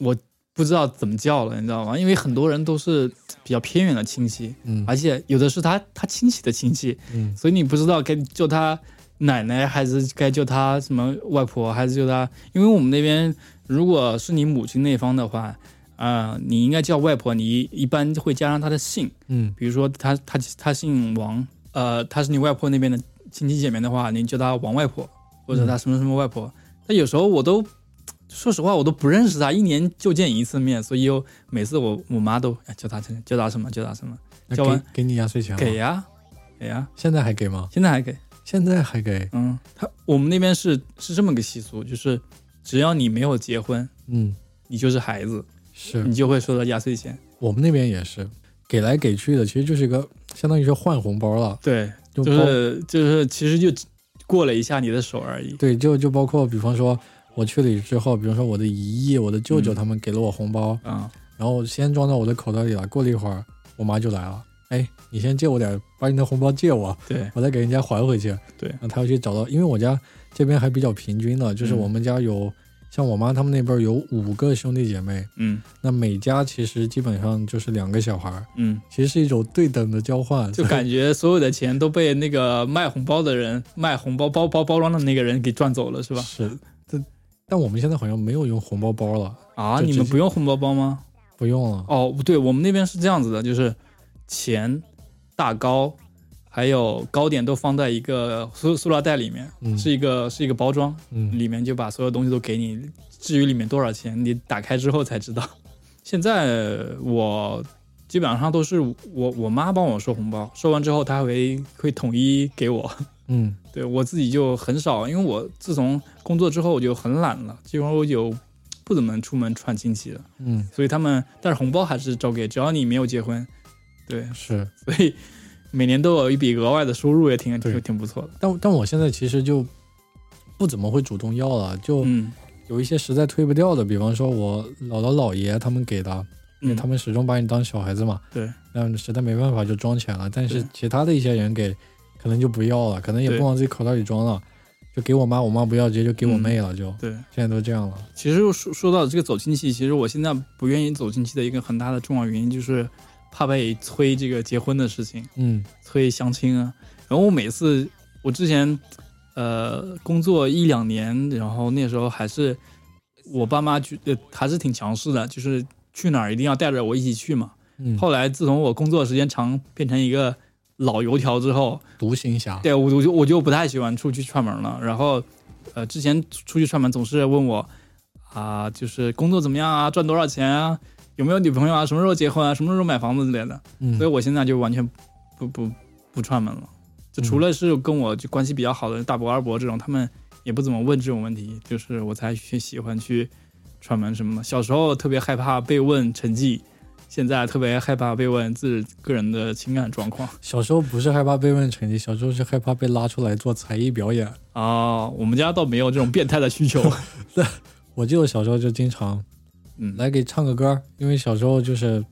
我不知道怎么叫了，你知道吗？因为很多人都是比较偏远的亲戚，
嗯
而且有的是他他亲戚的亲戚，
嗯
所以你不知道该叫他奶奶还是该叫他什么外婆，还是叫他，因为我们那边如果是你母亲那方的话，啊、你应该叫外婆，你一般会加上她的姓，
嗯
比如说她她她姓王，呃，她是你外婆那边的亲戚姐妹的话，你叫她王外婆，或者她什么什么外婆。但有时候我都。说实话，我都不认识她，一年就见一次面，所以我每次我我妈都哎叫她叫她什么叫她什么，
那
交完
给给你压岁钱吗
给呀、给呀、
现在还给吗？
现在还给。
现在还给？
嗯，他我们那边是是这么个习俗，就是只要你没有结婚，
嗯，
你就是孩子，
是
你就会收到压岁钱。
我们那边也是，给来给去的，其实就是一个相当于是换红包了，
对，
就
就
包
是就是，其实就过了一下你的手而已。
对，就就包括比方说我去了之后，比如说我的姨姨、我的舅舅
嗯
他们给了我红包，
啊、
然后先装到我的口袋里了。过了一会儿，我妈就来了，哎，你先借我点儿，把你的红包借我，
对，
我再给人家还回去。
对
然后她要去找到，因为我家这边还比较平均的，就是
嗯
我们家有、像我妈他们那边有五个兄弟姐妹，
嗯
那每家其实基本上就是两个小孩儿，
嗯，
其实是一种对等的交换，
就感觉所有的钱都被那个卖红包的人、卖红包包包包装的那个人给赚走了，是吧？
是，但但我们现在好像没有用红包包了，
啊，
就
你
直
们
接
不用红包包吗？
不用了。
哦，不对，我们那边是这样子的，就是钱、大糕还有糕点都放在一个塑塑料袋里面，
嗯
是一个是一个包装，
嗯，
里面就把所有东西都给你。至于里面多少钱，你打开之后才知道。 现在我基本上都是我我妈帮我收红包，收完之后她会会统一给我。
嗯，
对我自己就很少，因为我自从工作之后我就很懒了，几乎就不怎么出门串亲戚了。
嗯，
所以他们但是红包还是照给，只要你没有结婚，对，
是。
所以每年都有一笔额外的收入，也挺
对哦
挺挺不错的。
但但我现在其实就不怎么会主动要了，就
嗯，
有一些实在推不掉的，比方说我姥姥姥爷他们给的，因为
嗯
他们始终把你当小孩子嘛，
对，
那实在没办法就装钱了。但是
对
其他的一些人给，可能就不要了，可能也
对
不往自己口袋里装了，就给我妈，我妈不要，直接就给我
嗯
妹了，就
对。
现在都这样了。
其实说说到这个走亲戚，其实我现在不愿意走亲戚的一个很大的重要原因就是怕被催这个结婚的事情，
嗯
催相亲啊。然后我每次我之前呃工作一两年，然后那时候还是我爸妈就呃还是挺强势的，就是去哪儿一定要带着我一起去嘛。
嗯，
后来自从我工作时间长变成一个老油条之后，
独行侠，
对我我就我就不太喜欢出去串门了。然后，呃，之前出去串门总是问我啊、就是工作怎么样啊，赚多少钱啊，有没有女朋友啊，什么时候结婚啊，什么时候买房子之类的。
嗯
所以我现在就完全不不不串门了。就除了是跟我就关系比较好的大伯、二伯这种，他们也不怎么问这种问题，就是我才去喜欢去串门什么的。小时候特别害怕被问成绩，现在特别害怕被问自己个人的情感状况。
小时候不是害怕被问成绩，小时候是害怕被拉出来做才艺表演。
啊、我们家倒没有这种变态的需 求。
我记得我小时候就经常
嗯，
来给唱个歌儿，因为小时候就是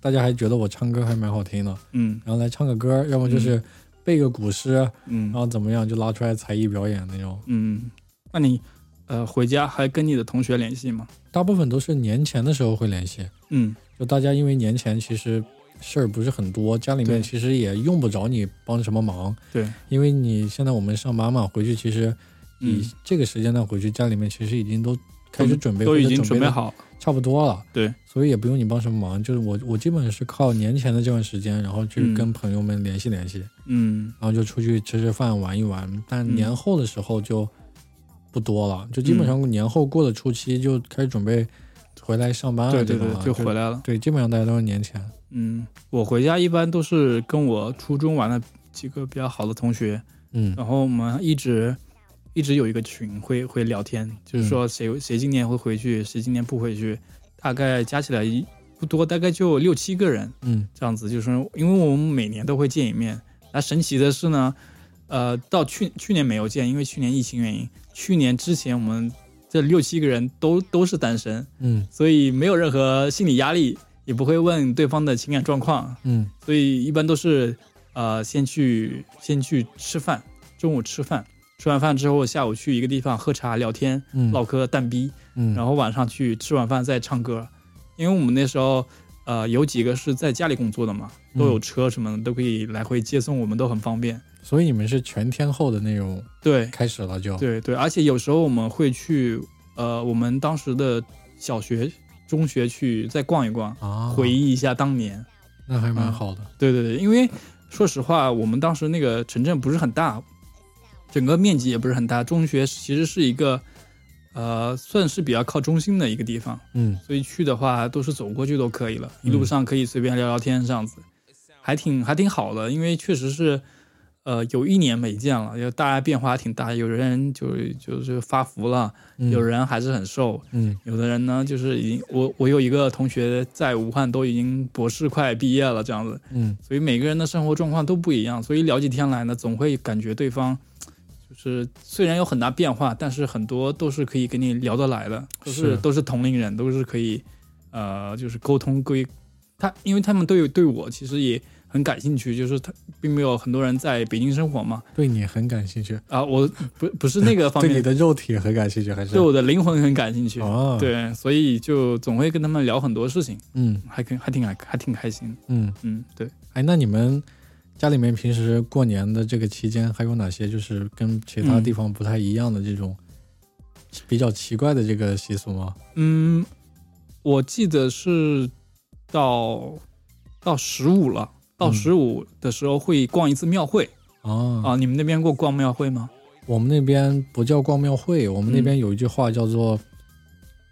大家还觉得我唱歌还蛮好听的，
嗯
然后来唱个歌儿，要么就是背个古诗，然
嗯
后怎么样就拉出来才艺表演那种。
嗯，那你呃回家还跟你的同学联系吗？
大部分都是年前的时候会联系，
嗯
就大家因为年前其实事儿不是很多，家里面
对
其实也用不着你帮什么忙，
对，
因为你现在我们上班嘛，回去其实
嗯
以，这个时间段回去，家里面其实已经都开始准备，
都已经准
准
备
备
好了。
差不多了，
对，
所以也不用你帮什么忙。就是我我基本是靠年前的这段时间，然后去
嗯
跟朋友们联系联系，
嗯
然后就出去吃吃饭玩一玩。但
嗯
年后的时候就不多了，就基本上年后过了初七就开始准备回来上班了，
对
这
啊对
种
对
了，
就回来了。
对，基本上大家都是年前。
嗯，我回家一般都是跟我初中玩的几个比较好的同学，
嗯
然后我们一直一直有一个群会会聊天，就是说谁谁今年会回去，谁今年不回去，大概加起来一不多，大概就六七个人。
嗯
这样子，就是说因为我们每年都会见一面。那神奇的是呢，呃，到去去年没有见，因为去年疫情原因。去年之前我们这六七个人都都是单身，
嗯
所以没有任何心理压力，也不会问对方的情感状况，
嗯
所以一般都是呃先去先去吃饭，中午吃饭，吃完饭之后下午去一个地方喝茶聊天，
嗯，
唠嗑蛋逼，
嗯，
然
后
后晚上去吃晚饭再唱歌，因为我们那时候呃有几个是在家里工作的嘛，
嗯
都有车什么的，都可以来回接送，我们都很方便。
所以你们是全天候的那种
对
开始了就，
对对，而且有时候我们会去呃我们当时的小学、中学去再逛一逛，
啊，
回忆一下当年。
那还蛮
嗯
好的。
对对对，因为说实话，我们当时那个城镇不是很大，整个面积也不是很大，中学其实是一个呃算是比较靠中心的一个地方。
嗯
所以去的话都是走过去都可以了，
嗯
一路上可以随便聊聊天这样子，还挺还挺好的。因为确实是，呃，有一年没见了，就大家变化还挺大，有人就就是发福了，
嗯，
有人还是很瘦，
嗯
有的人呢就是已经我我有一个同学在武汉都已经博士快毕业了这样子，
嗯
所以每个人的生活状况都不一样，所以聊起天来呢，总会感觉对方。就是虽然有很大变化，但是很多都是可以跟你聊得来的，都是
是
都是同龄人，都是可以，呃，就是沟通归他，因为他们对对我其实也很感兴趣，就是他并没有很多人在北京生活嘛，
对你很感兴趣，
啊、我不不是 那个方
对你
面，
的肉体很感兴趣，还是
对我的灵魂很感兴趣，
哦，，
对，所以就总会跟他们聊很多事情，
嗯
还挺还挺还挺开心，
嗯，
嗯，对。
哎，那你们家里面平时过年的这个期间，还有哪些就是跟其他地方不太一样的这种比较奇怪的这个习俗吗？
嗯，我记得是到到十五了，到
嗯
十五的时候会逛一次庙会、
啊，
啊。你们那边过逛庙会吗？
我们那边不叫逛庙会，我们那边有一句话叫做，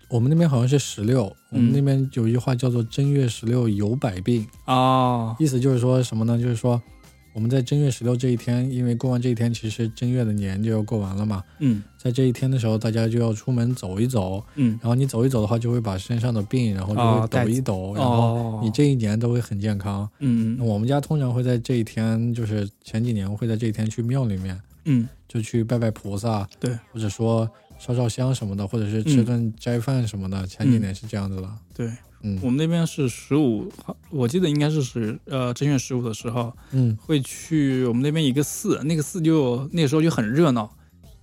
我们那边好像是十六，我
嗯
们那边有一句话叫做“正月十六有百病”，
啊，
意思就是说什么呢？就是说我们在正月十六这一天，因为过完这一天，其实正月的年就要过完了嘛，
嗯
在这一天的时候，大家就要出门走一走，
嗯，
然后你走一走的话，就会把身上的病，然后就
哦
会
带
抖一抖，然后
哦，
你这一年都会很健康。
嗯
那我们家通常会在这一天，就是前几年会在这一天去庙里面，
嗯
就去拜拜菩萨，
对，
或者说烧烧香什么的，或者是吃顿斋饭什么的。前几年是这样子的，
对，我
嗯
们那边是十五，我记得应该是十呃正月十五的时候
嗯
会去我们那边一个寺，那个寺就那时候就很热闹，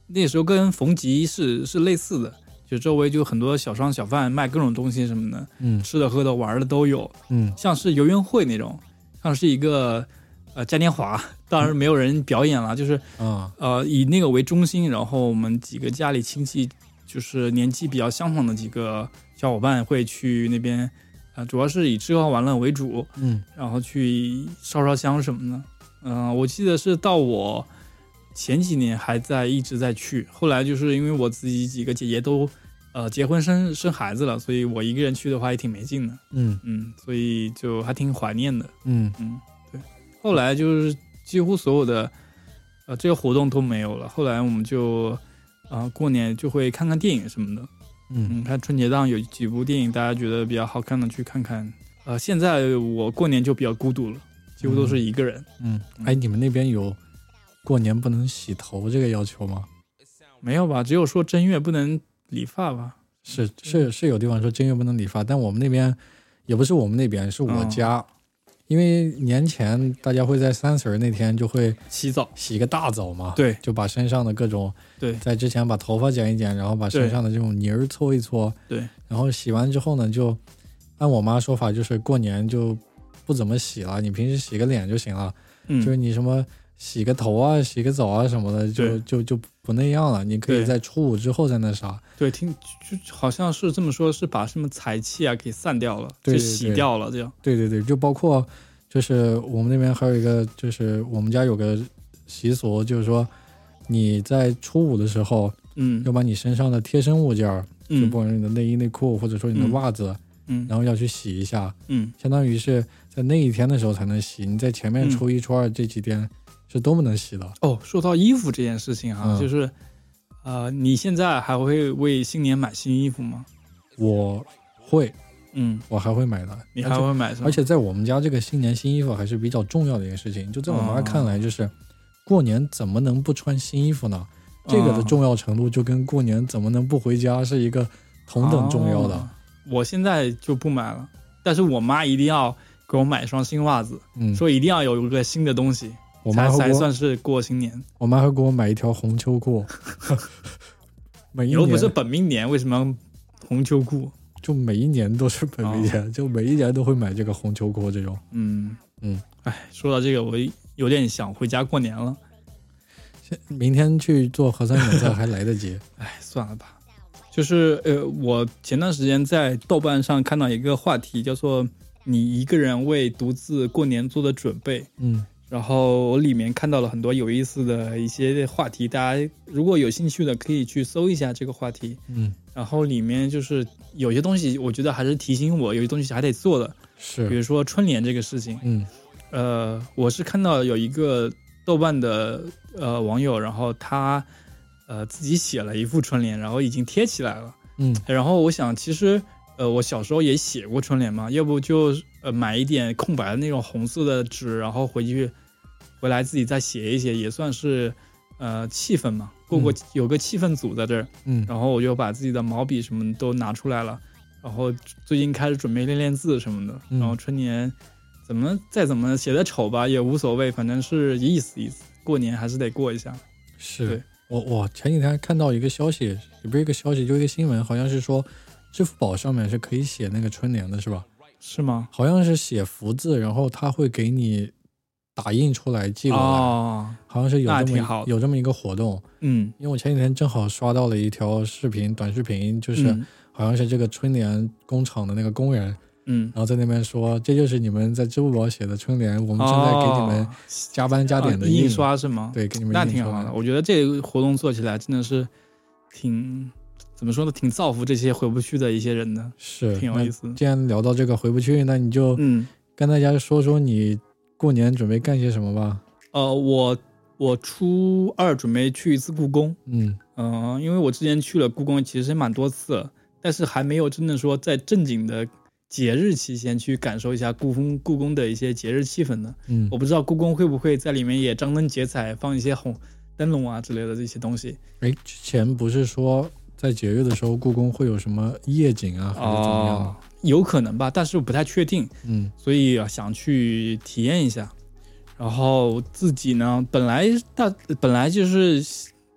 那时候跟逢集是是类似的，就周围就很多小商小贩卖各种东西什么的，
嗯
吃的、喝的、玩的都有，
嗯
像是游运会那种，像是一个呃嘉年华，当然没有人表演了，就是
啊
呃以那个为中心，然后我们几个家里亲戚就是年纪比较相仿的几个小伙伴会去那边，啊、主要是以吃喝玩乐为主，
嗯
然后去烧烧香什么的。嗯、我记得是到我前几年还在一直在去，后来就是因为我自己几个姐姐都呃结婚生生孩子了，所以我一个人去的话也挺没劲的，
嗯
嗯，所以就还挺怀念的，
嗯
嗯，对。后来就是几乎所有的呃这个活动都没有了，后来我们就啊、呃过年就会看看电影什么的，
嗯
嗯，看春节档有几部电影，大家觉得比较好看的去看看。呃，现在我过年就比较孤独了，几乎都是一个人。
嗯，哎，你们那边有过年不能洗头这个要求吗？
没有吧？只有说正月不能理发吧？嗯
是是是有地方说正月不能理发，但我们那边也不是我们那边，是我
嗯
家，因为年前大家会在三十儿那天就会
洗澡。
洗个大澡嘛，
对
就把身上的各种
对
在之前把头发剪一剪，然后把身
对
上的这种泥儿搓一搓，
对，
然后洗完之后呢，就按我妈说法，就是过年就不怎么洗了，你平时洗个脸就行了，
嗯，
就是你什么洗个头啊、洗个澡啊什么的，就
对
就就不那样了，你可以
对
在初五之后再那啥，
对，听就就好像是这么说，是把什么财气啊给散掉了，
对
就
对
洗
对
掉了，这样。
对对对，就包括就是我们那边还有一个，就是我们家有个习俗，就是说你在初五的时候
嗯
要把你身上的贴身物件儿，就
嗯
不管是你的内衣内裤或者说你的
嗯
袜子，
嗯
然后要去洗一下，
嗯
相当于是在那一天的时候才能洗，你在前面
嗯
初一、初二这几天是都不能洗的。
哦，说到衣服这件事情哈、啊
嗯
就是呃，你现在还会为新年买新衣服吗？
我会，
嗯，
我还会买的，
你
而
还
且
会买什么？
而且在我们家，这个新年新衣服还是比较重要的一个事情。就在我妈
哦
看来，就是、过年怎么能不穿新衣服呢？这个的
嗯
重要程度就跟过年怎么能不回家是一个同等重要的。
哦我现在就不买了，但是我妈一定要给我买一双新袜子，
嗯，
说一定要有一个新的东西，
我妈
才
会
才
给我，
算是过新年。
我妈会给我买一条红秋裤。 每一
又不是
年
本命年，为什么要红秋裤？
就每一年都是本
哦
命年，就每一年都会买这个红秋裤这种。
嗯
嗯，
哎，说到这个，我有点想回家过年了。
现明天去做核酸检测还来得及。
哎，算了吧。就是呃，我前段时间在豆瓣上看到一个话题，叫做“你一个人为独自过年做的准备”。
嗯
然后我里面看到了很多有意思的一些话题，大家如果有兴趣的可以去搜一下这个话题。
嗯，
然后里面就是有些东西，我觉得还是提醒我，有些东西还得做的，比
是，
如说春联这个事情。
嗯
呃，我是看到有一个豆瓣的呃网友，然后他呃自己写了一副春联，然后已经贴起来了。哎
嗯
然后我想，其实呃我小时候也写过春联嘛，要不就呃买一点空白的那种红色的纸，然后回去回来自己再写一写，也算是呃气氛嘛，过过、
嗯
有个气氛组在这儿。
嗯
然后我就把自己的毛笔什么都拿出来了，然后最近开始准备练练字什么的。
嗯
然后春联怎么再怎么写的丑吧也无所谓，反正是意思意思，过年还是得过一下。
是
对。
我我前几天看到一个消息，也不是一个消息，就一个新闻，好像是说支付宝上面是可以写那个春联的，是吧？
是吗？
好像是写福字，然后他会给你打印出来寄过来，
哦，
好像是有
那
这
挺
么
好
一
的
有这么一个活动。
嗯，
因为我前几天正好刷到了一条视频，短视频，就是、
嗯
好像是这个春联工厂的那个工人，然
嗯，
后在那边说，这就是你们在支付宝写的春联，我们正在给你们
哦
加班加点的
啊印
印，
刷是吗？，
对，给你们
那
印
挺
出
好
来
的。。我觉得这个活动做起来真的是挺怎么说呢，挺造福这些回不去的一些人的，
是，
挺有
那
意思的。
既然聊到这个回不去，那你就
嗯，
跟大家说说你过年准备干些什么吧。
呃，我我初二准备去一次故宫。
嗯
嗯、因为我之前去了故宫，其实也蛮多次了，但是还没有真的说在正经的节日期间去感受一下故宫故宫的一些节日气氛呢。
嗯
我不知道故宫会不会在里面也张灯结彩，放一些红灯笼啊之类的这些东西。
哎，之前不是说在节日的时候，故宫会有什么夜景啊，还是怎么样
哦
的？，
有可能吧，但是我不太确定，
嗯
所以啊想去体验一下。然后自己呢，本来大本来就是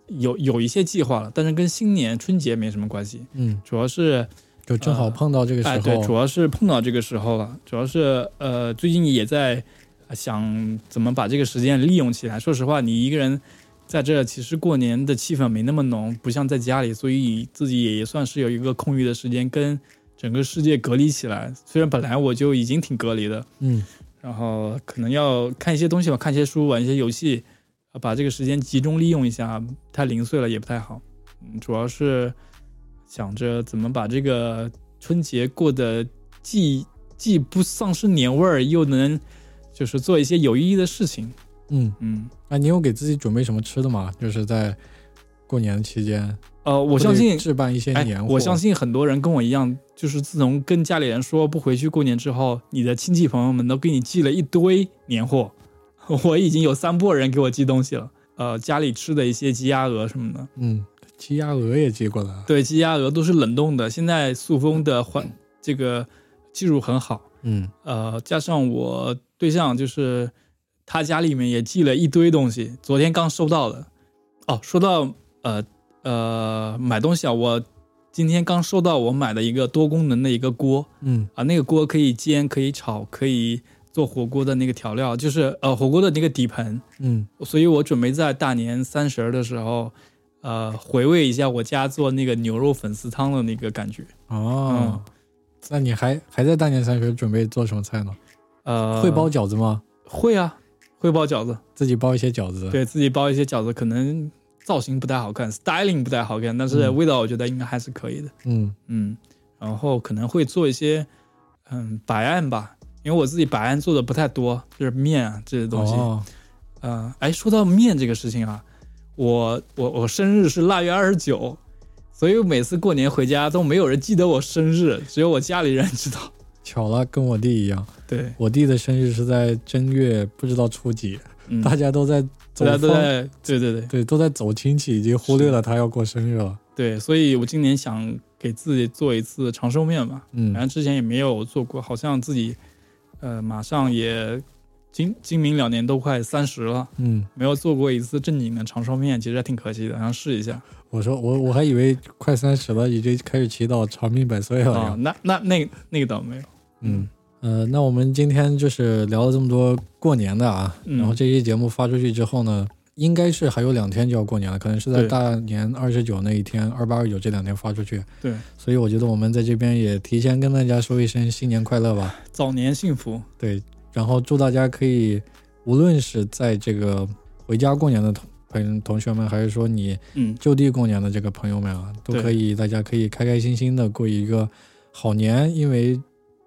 有有一些计划了，但是跟新年春节没什么关系，
嗯，
主要是
就正好碰到这个时
哎
候，
对，主要是碰到这个时候了，主要是呃最近也在呃想怎么把这个时间利用起来。说实话，你一个人在这其实过年的气氛没那么浓，不像在家里，所以自己也算是有一个空余的时间跟整个世界隔离起来。虽然本来我就已经挺隔离的，
嗯
然后可能要看一些东西吧，看一些书，玩一些游戏，呃把这个时间集中利用一下，太零碎了也不太好。嗯，主要是想着怎么把这个春节过得既既不丧失年味儿，又能就是做一些有意义的事情。
嗯，
嗯，
哎，你有给自己准备什么吃的吗？就是在过年期间，
呃，我相信
或者置办一些
哎
年，货，
我相信很多人跟我一样，就是自从跟家里人说不回去过年之后，你的亲戚朋友们都给你寄了一堆年货。 我已经有三波人给我寄东西了，呃，家里吃的一些鸡鸭鹅什么的，
嗯，鸡鸭鹅也寄过来了，
对，鸡鸭鹅都是冷冻的。现在塑封的环这个技术很好，
嗯
呃，加上我对象就是他家里面也寄了一堆东西，昨天刚收到的。哦，说到呃呃买东西啊，我今天刚收到我买的一个多功能的一个锅
嗯
啊，那个锅可以煎、可以炒、可以做火锅的那个调料，就是呃火锅的那个底盆。
嗯
所以我准备在大年三十儿的时候，呃，回味一下我家做那个牛肉粉丝汤的那个感觉。
哦，
嗯
那你还还在大年三十准备做什么菜呢？
呃，
会包饺子吗？
会啊，会包饺子。
自己包一些饺子，，
对自己包一些饺子，可能造型不太好看，styling 不太好看，但是
嗯
味道我觉得应该还是可以的。
嗯
嗯，然后可能会做一些嗯白案吧，因为我自己白案做的不太多，就是面啊这些东西。
哦，
嗯，哎，说到面这个事情啊，我我我生日是腊月二十九，所以每次过年回家都没有人记得我生日，只有我家里人 知道。
巧了，跟我弟一样，
对，
我弟的生日是在正月不知道初几，
嗯，
大家都在走
大家都
风
在，对对对
对，都在走亲戚，已经忽略了他要过生日了。
对，所以我今年想给自己做一次长寿面吧。
嗯
反正之前也没有做过，好像自己呃马上也今今明两年都快三十了，
嗯，
没有做过一次正经的长寿面，其实还挺可惜的，想试一下。
我说我我还以为快三十了，已经开始祈祷长命百岁了
啊、
呀。
那那那那个倒没有。
嗯，呃，那我们今天就是聊了这么多过年的啊，
嗯
然后这期节目发出去之后呢，应该是还有两天就要过年了，可能是在
对
大年二十九那一天，二八二九这两天发出去。
对，
所以我觉得我们在这边也提前跟大家说一声新年快乐吧。
早年幸福，
对，然后祝大家可以，无论是在这个回家过年的同朋同学们，还是说你
嗯，
就地过年的这个朋友们啊，都
对
可以，大家可以开开心心的过一个好年，因为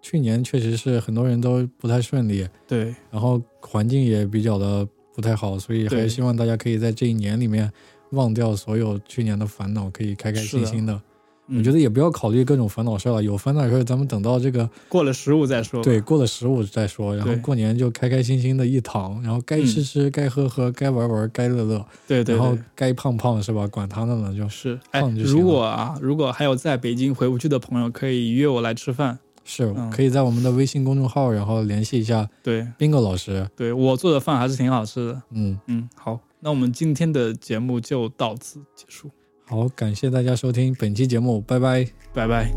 去年确实是很多人都不太顺利，
对
然后环境也比较的不太好，所以还是
对
希望大家可以在这一年里面忘掉所有去年的烦恼，可以开开心心的。
嗯
我觉得也不要考虑各种烦恼事儿了，有烦恼事儿咱们等到这个
过了十五再说吧。
对，过了十五再说，然后
哦对
过年就开开心心的一躺，然后该吃
嗯
吃，该喝喝，该玩玩，该乐乐，
对对
然后
对。
该胖胖是吧？管他呢了，就是
哎，
放就行了
如果啊，如果还有在北京回不去的朋友，可以约我来吃饭。
是
嗯
可以在我们的微信公众号，然后联系一下
对
Bingo 老师。
对，我做的饭还是挺好吃的。
嗯，
嗯，好，那我们今天的节目就到此结束，
好，感谢大家收听本期节目，拜拜。
拜拜。